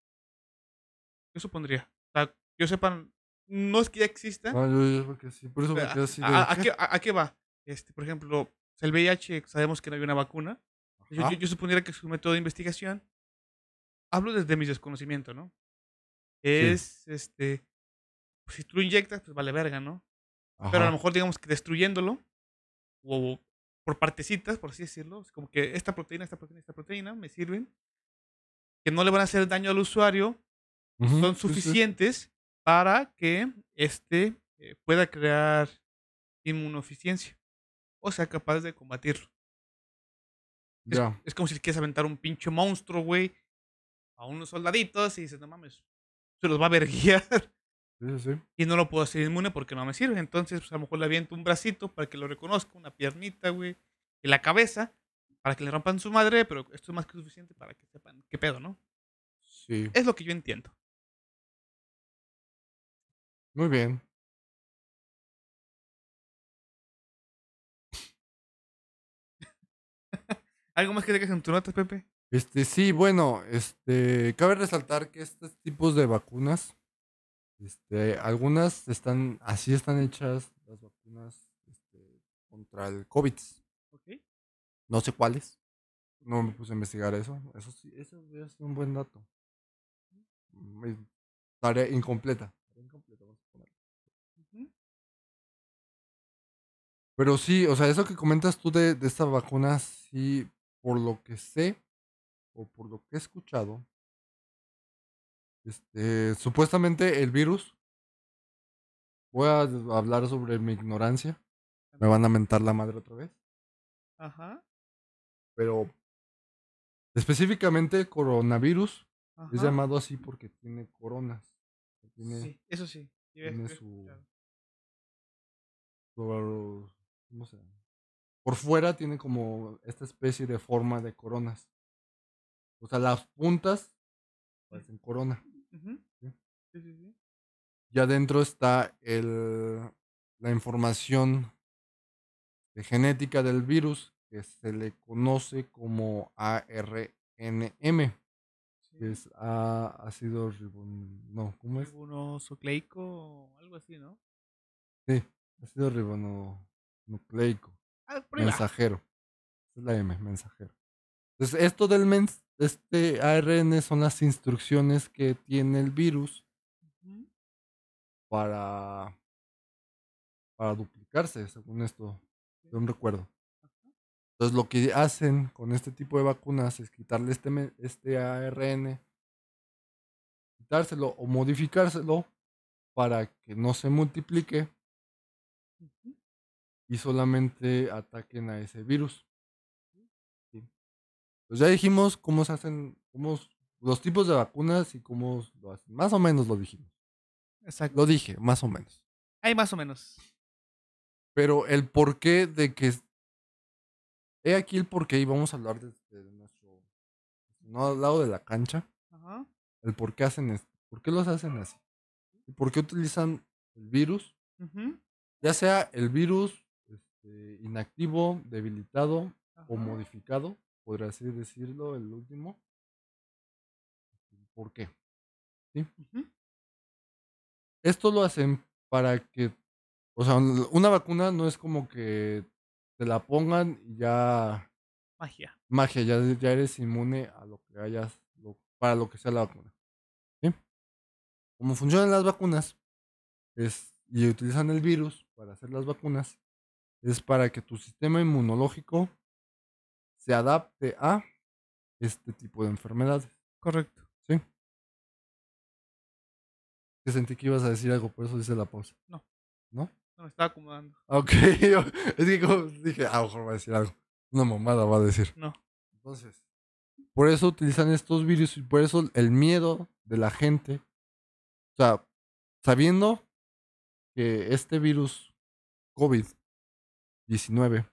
S2: Yo supondría. O sea, yo sepa, no es que ya exista.
S1: No, Ah, yo, yo creo que sí. Por eso me
S2: a-
S1: quedé así de.
S2: a, a- a
S1: ¿qué?
S2: qué, a- a qué va? Este, por ejemplo, el VIH, sabemos que no había una vacuna. Yo,
S1: Ajá.
S2: yo- yo supondría que su método de investigación, hablo desde mi desconocimiento, ¿no? Es, este, pues, si tú lo inyectas, pues vale verga, ¿no? ah, Pero a lo
S1: Ajá.
S2: mejor digamos que destruyéndolo, o, o por partecitas, por así decirlo, es como que esta proteína, esta proteína, esta proteína me sirven, que no le van a hacer daño al usuario,
S1: Ujú,
S2: son
S1: sí, sí.
S2: suficientes para que este eh, pueda crear inmunoficiencia o sea capaz de combatirlo. Es,
S1: Ya.
S2: es como si le quieres aventar un pinche monstruo, güey, a unos soldaditos y dices, no mames, se los va (laughs) a verguiar
S1: Sí, sí, sí.
S2: y no lo puedo hacer inmune porque no me sirve. Entonces, pues, a lo mejor le aviento un bracito para que lo reconozca, una piernita, güey, y la cabeza para que le rompan su madre, pero esto es más que suficiente para que sepan qué pedo, ¿no?
S1: Sí.
S2: Es lo que yo entiendo.
S1: Muy bien.
S2: ¿Algo más que tengas en tu nota, Pepe?
S1: Este, sí, bueno, este, cabe resaltar que estos tipos de vacunas, este, algunas están, así están hechas las vacunas este, contra el COVID.
S2: Ok.
S1: No sé cuáles. No me puse a investigar eso. Eso sí, eso sí es un buen dato. Mm, Tarea incompleta. Tarea incompleta, vamos a poner.
S2: Ujú.
S1: Pero sí, o sea, eso que comentas tú de, de esta vacuna, sí, por lo que sé o por lo que he escuchado, este, supuestamente el virus, voy a hablar sobre mi ignorancia, me van a mentar la madre otra vez,
S2: Ajá.
S1: pero específicamente el coronavirus
S2: ajá.
S1: es llamado así porque tiene coronas, tiene
S2: Sí, eso sí. sí,
S1: tiene
S2: había
S1: su-
S2: escuchado.
S1: por, ¿cómo se llama? por fuera tiene como esta especie de forma de coronas. O sea, las puntas parecen corona.
S2: Ujú.
S1: Sí.
S2: Sí, sí, sí.
S1: Y adentro está el, la información de genética del virus que se le conoce como ARNM,
S2: Sí.
S1: que es a- ácido ribon... No, ¿cómo es?
S2: Ribonucleico o algo así, ¿no?
S1: Ácido ribonucleico.
S2: Ah, por ahí va.
S1: Mensajero. Esa es la M, mensajero. Entonces, esto del mens este ARN son las instrucciones que tiene el virus
S2: Ujú.
S1: para, para duplicarse, según esto, según recuerdo. Entonces, lo que hacen con este tipo de vacunas es quitarle este, men- este ARN, quitárselo o modificárselo para que no se multiplique
S2: Ujú.
S1: y solamente ataquen a ese virus. Sí. Pues ya dijimos cómo se hacen, cómo s- los tipos de vacunas y cómo s- lo hacen. Más o menos lo dijimos.
S2: Exacto.
S1: Lo dije, más o menos.
S2: Ahí más o menos.
S1: Pero el porqué de que. es- He aquí el porqué y vamos a hablar desde nuestro. No al lado de la cancha.
S2: Ajá.
S1: El por qué hacen esto. ¿Por qué los hacen así? ¿Y por qué utilizan el virus?
S2: Ujú.
S1: Ya sea el virus este, inactivo, debilitado o
S2: Ajá.
S1: modificado, podría así decirlo, el último. ¿Por qué?
S2: Ujú.
S1: Esto lo hacen para que, o sea, un- una vacuna no es como que te la pongan y ya,
S2: Magia.
S1: magia, ya, ya eres inmune a lo que hayas, lo- para lo que sea la vacuna. ¿sí? Como funcionan las vacunas es, y utilizan el virus para hacer las vacunas, es para que tu sistema inmunológico se adapte a este tipo de enfermedades.
S2: Correcto.
S1: Que sentí que ibas a decir algo, por eso hice la pausa.
S2: No me estaba acomodando.
S1: Ah, Ok, yo- es que como dije, a lo mejor va a decir algo. Una mamada va a decir.
S2: No.
S1: Entonces, por eso utilizan estos virus y por eso el miedo de la gente. O sea, sabiendo que este virus COVID-19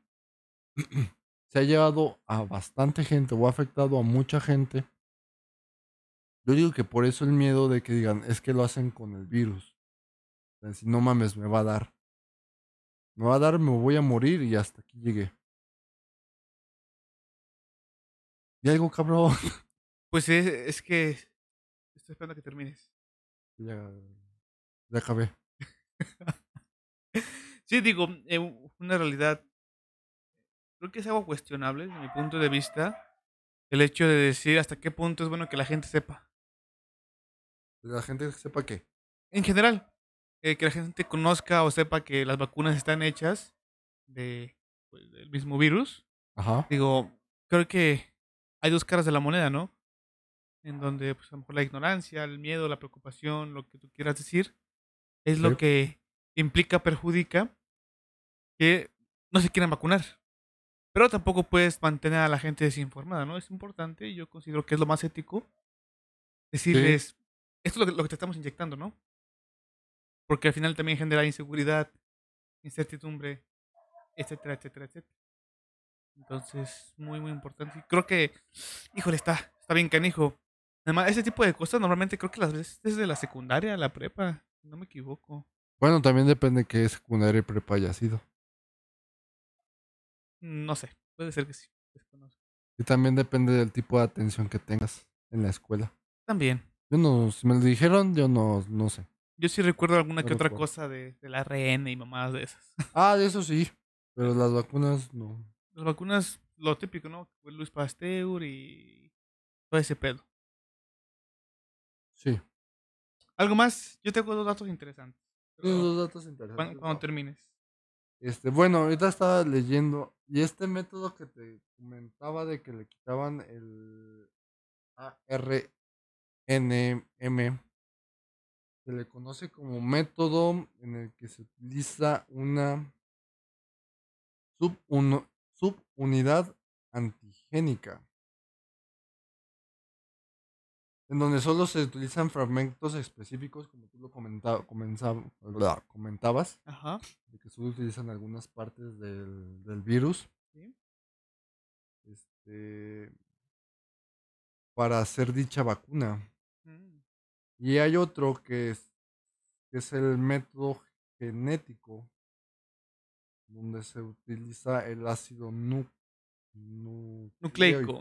S1: (clears throat) se ha llevado a bastante gente o ha afectado a mucha gente. Yo digo que por eso el miedo de que digan, es que lo hacen con el virus. O sea, si no mames, me va a dar. Me va a dar, me voy a morir y hasta aquí llegué. Y algo cabrón. (laughs)
S2: Pues es, es que estoy esperando a que termines.
S1: Ya, ya acabé.
S2: Sí, digo, eh, una realidad creo que es algo cuestionable desde mi punto de vista el hecho de decir hasta qué punto es bueno que la gente sepa.
S1: La gente sepa qué.
S2: En general, eh, que la gente conozca o sepa que las vacunas están hechas de, pues, del mismo virus.
S1: Ajá.
S2: Digo, creo que hay dos caras de la moneda, ¿no? En donde, pues, a lo mejor la ignorancia, el miedo, la preocupación, lo que tú quieras decir, es
S1: Sí.
S2: lo que implica, perjudica que no se quieran vacunar. Pero tampoco puedes mantener a la gente desinformada, ¿no? Es importante, yo considero que es lo más ético decirles, esto es lo que, lo que te estamos inyectando, ¿no? Porque al final también genera inseguridad, incertidumbre, etcétera, etcétera, etcétera. Entonces, muy, muy importante. Y Creo que, híjole, está, está bien canijo. Además, ese tipo de cosas normalmente creo que las ves desde la secundaria, la prepa, si no me equivoco.
S1: Bueno, también depende que secundaria y prepa haya sido.
S2: Mm, No sé, puede ser que sí. desconozco.
S1: Y también depende del tipo de atención que tengas en la escuela.
S2: También.
S1: Yo no, si me lo dijeron, yo no, no sé.
S2: Yo sí recuerdo alguna
S1: No
S2: que otra
S1: recuerdo.
S2: cosa de, de la RN y mamadas de esas. (laughs)
S1: Ah, de eso sí. Pero las vacunas no.
S2: Las vacunas, lo típico, ¿no? Fue Luis Pasteur y todo ese pedo.
S1: Sí.
S2: ¿Algo más? Yo tengo dos datos interesantes. pero
S1: Tienes dos datos
S2: cuan-
S1: interesantes.
S2: cuando,
S1: ¿no?
S2: termines.
S1: Este, bueno, ahorita estaba leyendo. Y este método que te comentaba de que le quitaban el ARNM, se le conoce como método en el que se utiliza una subuno- subunidad antigénica. En donde solo se utilizan fragmentos específicos, como tú lo comenta- comenzab- bla, comentabas
S2: Ajá.
S1: de que solo utilizan algunas partes del, del virus.
S2: Sí.
S1: Este. Para hacer dicha vacuna.
S2: Mm.
S1: Y hay otro que es, que es el método genético. Donde se utiliza el ácido nu- nu-
S2: Nucleico.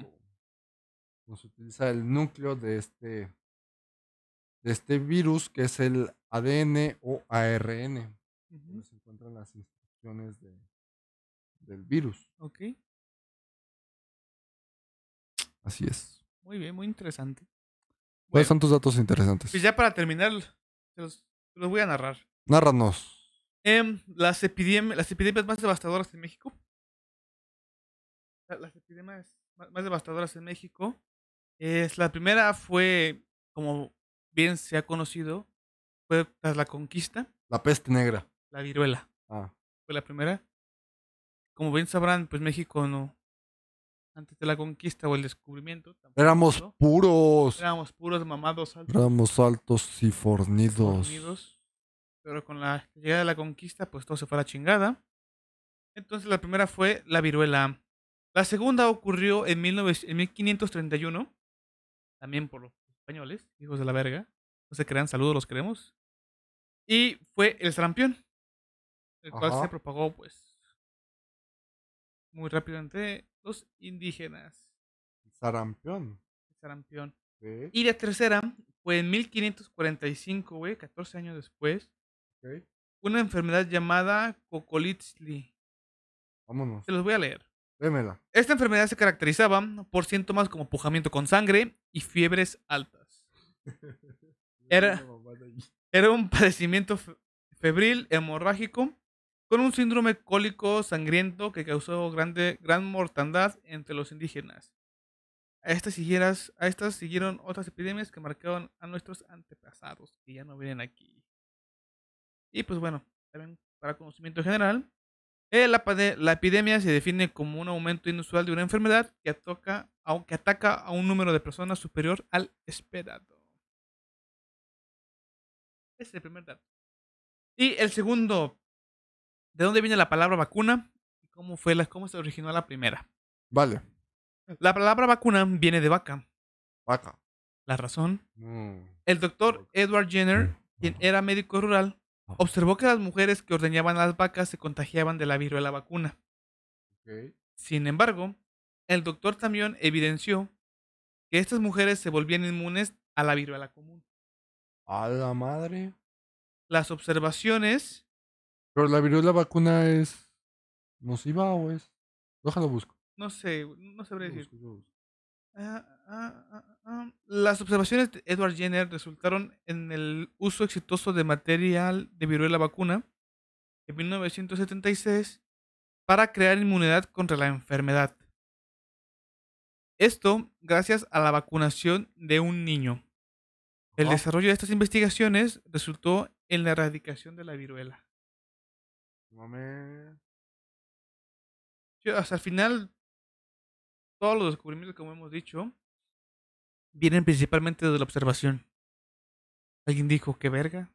S1: Donde se utiliza el núcleo de este. De este virus que es el ADN o ARN
S2: Ujú.
S1: donde se encuentran las instrucciones de, del virus.
S2: Ok.
S1: Así es.
S2: Muy bien, muy interesante.
S1: ¿Cuáles
S2: Bueno,
S1: son tus datos interesantes?
S2: pues ya para terminar, se los, se los voy a narrar.
S1: Nárranos.
S2: Em, las, epidem- las epidemias más devastadoras en México. La- Las epidemias ma- más devastadoras en México. Es, la primera fue, como bien se ha conocido, fue tras la conquista,
S1: La peste negra.
S2: la viruela.
S1: Ah,
S2: fue la primera. Como bien sabrán, pues México no. Antes de la conquista o el descubrimiento. tampoco
S1: éramos
S2: pasó.
S1: puros.
S2: Éramos puros mamados altos,
S1: Éramos altos y fornidos.
S2: fornidos, Pero con la llegada de la conquista, pues todo se fue a la chingada. Entonces la primera fue la viruela. La segunda ocurrió en, 19 en 1531. También por los españoles, hijos de la verga. No se crean, saludos, los queremos. Y fue el sarampión. El cual
S1: Ajá.
S2: se propagó, pues. Muy rápido entre los indígenas.
S1: Sarampión.
S2: El sarampión.
S1: Ok,
S2: Y la tercera fue en 1545, güey, 14 años después,
S1: ok.
S2: una enfermedad llamada Cocolitzli.
S1: Vámonos.
S2: Se los voy a leer.
S1: Démela.
S2: Esta enfermedad se caracterizaba por síntomas como pujamiento con sangre y fiebres altas. Era- Era un (laughs) padecimiento fe- febril hemorrágico con un síndrome cólico sangriento que causó grande, gran mortandad entre los indígenas. A estas, siguieras- a estas siguieron otras epidemias que marcaron a nuestros antepasados, que ya no vienen aquí. Y pues bueno, también para conocimiento general, eh, la, pade- la epidemia se define como un aumento inusual de una enfermedad que, atoca, au- que ataca a un número de personas superior al esperado. Ese es el primer dato. Y el segundo, ¿de dónde viene la palabra vacuna? ¿Y cómo, fue la, cómo se originó la primera?
S1: Vale.
S2: La palabra vacuna viene de vaca.
S1: Vaca.
S2: La razón
S1: Mm.
S2: el doctor Edward Jenner, quien era médico rural, observó que las mujeres que ordeñaban las vacas se contagiaban de la viruela vacuna.
S1: Ok.
S2: Sin embargo, el doctor también evidenció que estas mujeres se volvían inmunes a la viruela común.
S1: A la madre.
S2: Las observaciones
S1: Pero la viruela vacuna es nociva o es Déjalo busco.
S2: No sé, güey, no sabré
S1: déjalo
S2: decir.
S1: busco, déjalo busco.
S2: Ah, ah, ah, ah. Las observaciones de Edward Jenner resultaron en el uso exitoso de material de viruela vacuna en 1976 para crear inmunidad contra la enfermedad. Esto gracias a la vacunación de un niño. El
S1: Ajá.
S2: desarrollo de estas investigaciones resultó en la erradicación de la viruela.
S1: Mames.
S2: Yo, hasta el final, todos los descubrimientos, como hemos dicho, vienen principalmente de la observación. Alguien dijo, qué verga.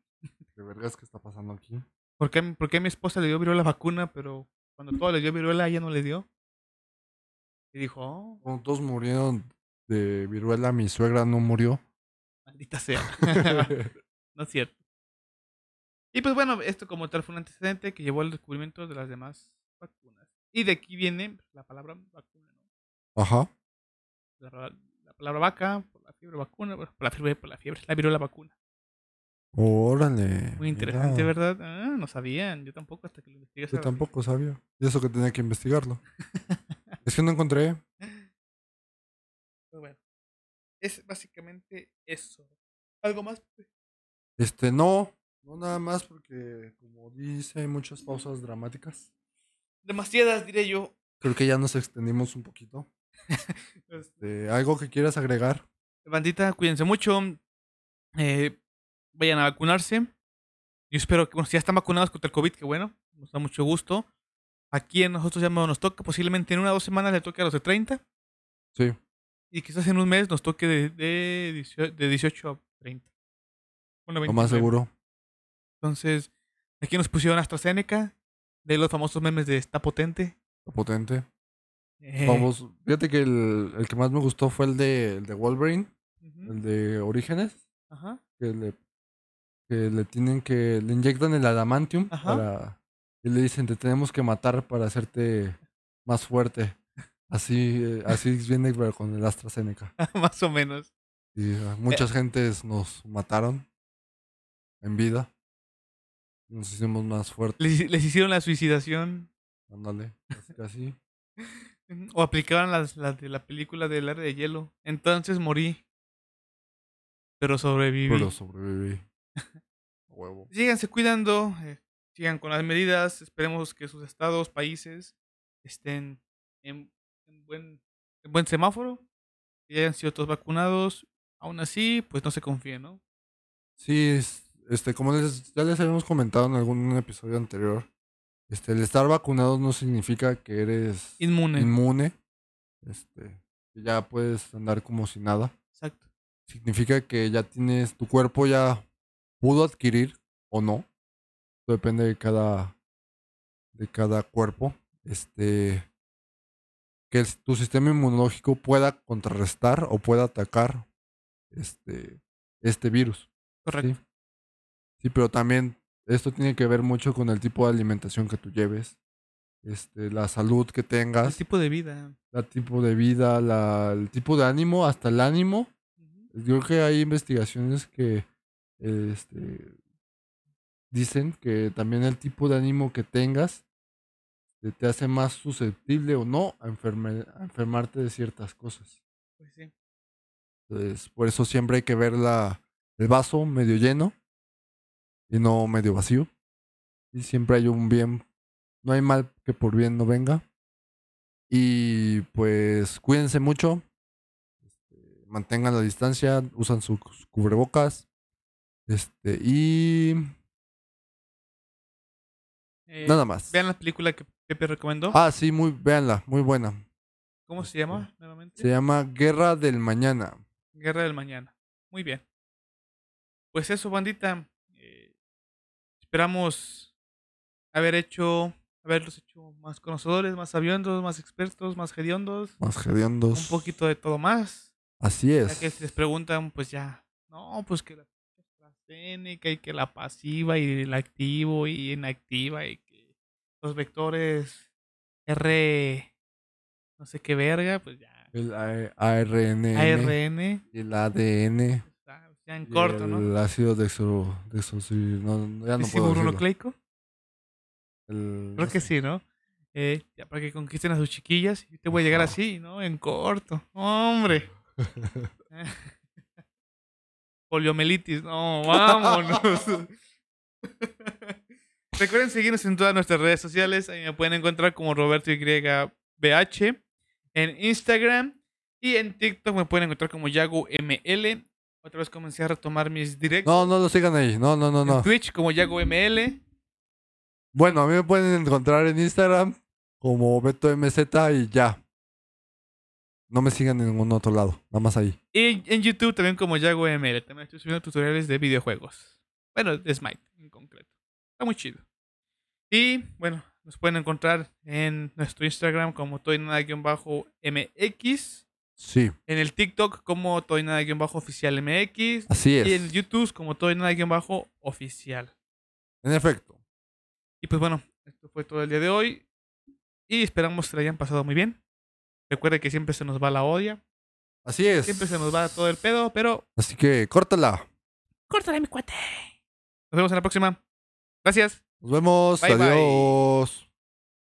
S1: De vergas, ¿qué está pasando aquí?
S2: ¿Por qué, por qué a mi esposa le dio viruela vacuna, pero cuando todo le dio viruela, a ella no le dio? Y dijo, oh,
S1: Cuando todos murieron de viruela, mi suegra no
S2: (laughs)
S1: murió.
S2: maldita sea. (laughs) no es cierto. Y pues bueno, esto como tal fue un antecedente que llevó al descubrimiento de las demás vacunas. Y de aquí viene la palabra vacuna, ¿no?
S1: Ajá.
S2: La, palabra- la palabra vaca, por la fiebre vacuna, bueno, por la fiebre, por la fiebre, la viruela vacuna.
S1: Órale.
S2: Muy interesante,
S1: mira.
S2: ¿verdad? Ah, no sabían, yo tampoco hasta que lo investigas.
S1: Yo tampoco sabía. Y eso que tenía que
S2: (laughs)
S1: investigarlo. es que no encontré.
S2: Pero bueno, es básicamente eso. ¿Algo más? pues,
S1: Este, no. No nada más porque, como dice, hay muchas pausas dramáticas.
S2: Demasiadas, diré yo.
S1: Creo que ya nos extendimos un poquito.
S2: Este,
S1: Este, ¿Algo que quieras agregar?
S2: Bandita, cuídense mucho. eh, vayan a vacunarse. Yo espero que, bueno, si ya están vacunados contra el COVID, que bueno, nos da mucho gusto. Aquí en nosotros ya no nos toca, posiblemente en una o dos semanas le toque a los de 30.
S1: Sí.
S2: Y quizás en un mes nos toque de, de, 18, de 18 a 30. Bueno,
S1: Lo más
S2: 29.
S1: seguro.
S2: Entonces, aquí nos pusieron AstraZeneca, de los famosos memes de está potente.
S1: Lo potente.
S2: Eh,
S1: Vamos. Fíjate que el, el que más me gustó fue el de, el de Wolverine,
S2: ujú,
S1: el de Orígenes.
S2: Ajá. (laughs)
S1: que le, que le tienen que. Le inyectan el adamantium
S2: Ajá.
S1: para. Y le dicen, te tenemos que matar para hacerte más fuerte. Así, eh, así viene pero con el AstraZeneca.
S2: Más o menos.
S1: Y a muchas gentes nos mataron en vida. Nos hicimos más fuertes.
S2: Les, les hicieron la suicidación
S1: Ándale. Casi, casi.
S2: ujú, o aplicaron las, las de la película del área de hielo. Entonces morí. Pero sobreviví.
S1: Pero sobreviví. A Huevo.
S2: Síganse cuidando, eh, sigan con las medidas, esperemos que sus estados, países estén en, en buen, en buen semáforo, que hayan sido todos vacunados. Aún así, pues no se confíen, ¿no?
S1: Sí, es- este, como les, ya les habíamos comentado en algún episodio anterior, este, el estar vacunado no significa que eres
S2: Inmune.
S1: inmune. Este, que ya puedes andar como si nada.
S2: Exacto.
S1: Significa que ya tienes, tu cuerpo ya pudo adquirir o no. Esto depende de cada, de cada cuerpo. Este, que el- tu sistema inmunológico pueda contrarrestar o pueda atacar este, este virus.
S2: Correcto.
S1: Sí, pero también esto tiene que ver mucho con el tipo de alimentación que tú lleves, este, la salud que
S2: El
S1: tengas,
S2: tipo de vida.
S1: el tipo de vida, la- el tipo de ánimo, hasta el ánimo.
S2: Ujú.
S1: Yo creo que hay investigaciones que este, dicen que también el tipo de ánimo que tengas este, te hace más susceptible o no a, enferme- a enfermarte de ciertas cosas.
S2: Pues sí.
S1: Entonces, por eso siempre hay que ver la, el vaso medio lleno y no medio vacío. Y siempre hay un bien, no hay mal que por bien no venga. Y pues cuídense mucho, este, mantengan la distancia, usan sus cubrebocas. Este, y
S2: Eh,
S1: nada más.
S2: Vean la película que Pepe recomendó.
S1: Ah, sí, muy, véanla, muy buena.
S2: ¿Cómo se
S1: este,
S2: llama nuevamente?
S1: Se llama Guerra del Mañana.
S2: Guerra del Mañana. Muy bien. Pues eso, bandita. Eh, esperamos haber hecho, haberlos hecho más conocedores, más sabiondos, más expertos, más hediondos.
S1: Más hediondos.
S2: Un poquito de todo más.
S1: Así
S2: Ya que si les
S1: es.
S2: preguntan, pues ya. No, pues que la AstraZeneca y que la pasiva y la activo y inactiva y que los vectores R no sé qué verga, pues ya.
S1: El A- ARN.
S2: ARN.
S1: Y el ADN.
S2: está- Ya en
S1: y
S2: corto,
S1: el
S2: ¿no?
S1: ácido dextro, dextro sí, no, no, ya no puedo decirlo.
S2: ¿Disiburonucleico?
S1: El- no
S2: Creo que
S1: sé.
S2: sí, ¿no? Eh, ya para que conquisten a sus chiquillas. Yo te voy a llegar así, ¿no? En corto.
S1: (laughs)
S2: Hombre. Poliomelitis. No, vámonos. (laughs) Recuerden seguirnos en todas nuestras redes sociales. Ahí me pueden encontrar como Roberto YBH en Instagram y en TikTok me pueden encontrar como YagoML. Otra vez comencé a retomar mis directos.
S1: No, no lo sigan ahí. No, no, no,
S2: En
S1: no.
S2: Twitch como YagoML.
S1: Bueno, a mí me pueden encontrar en Instagram como BetoMZ y ya. No me sigan en ningún otro lado, nada más ahí.
S2: Y en YouTube también como Yago ML. También estoy subiendo tutoriales de videojuegos. Bueno, de Smite en concreto. Está muy chido. Y bueno, nos pueden encontrar en nuestro Instagram como toynada-mx.
S1: Sí,
S2: En el TikTok como toynada-oficialmx.
S1: así
S2: Y en
S1: es.
S2: YouTube como toynada-oficial.
S1: En efecto.
S2: Y pues bueno, esto fue todo el día de hoy. Y esperamos que lo hayan pasado muy bien. Recuerden que siempre se nos va la odia.
S1: Así es.
S2: Siempre se nos va todo el pedo, pero
S1: Así que córtala.
S2: Córtale, mi cuate. Nos vemos en la próxima. Gracias.
S1: Nos vemos.
S2: Bye, bye.
S1: Adiós.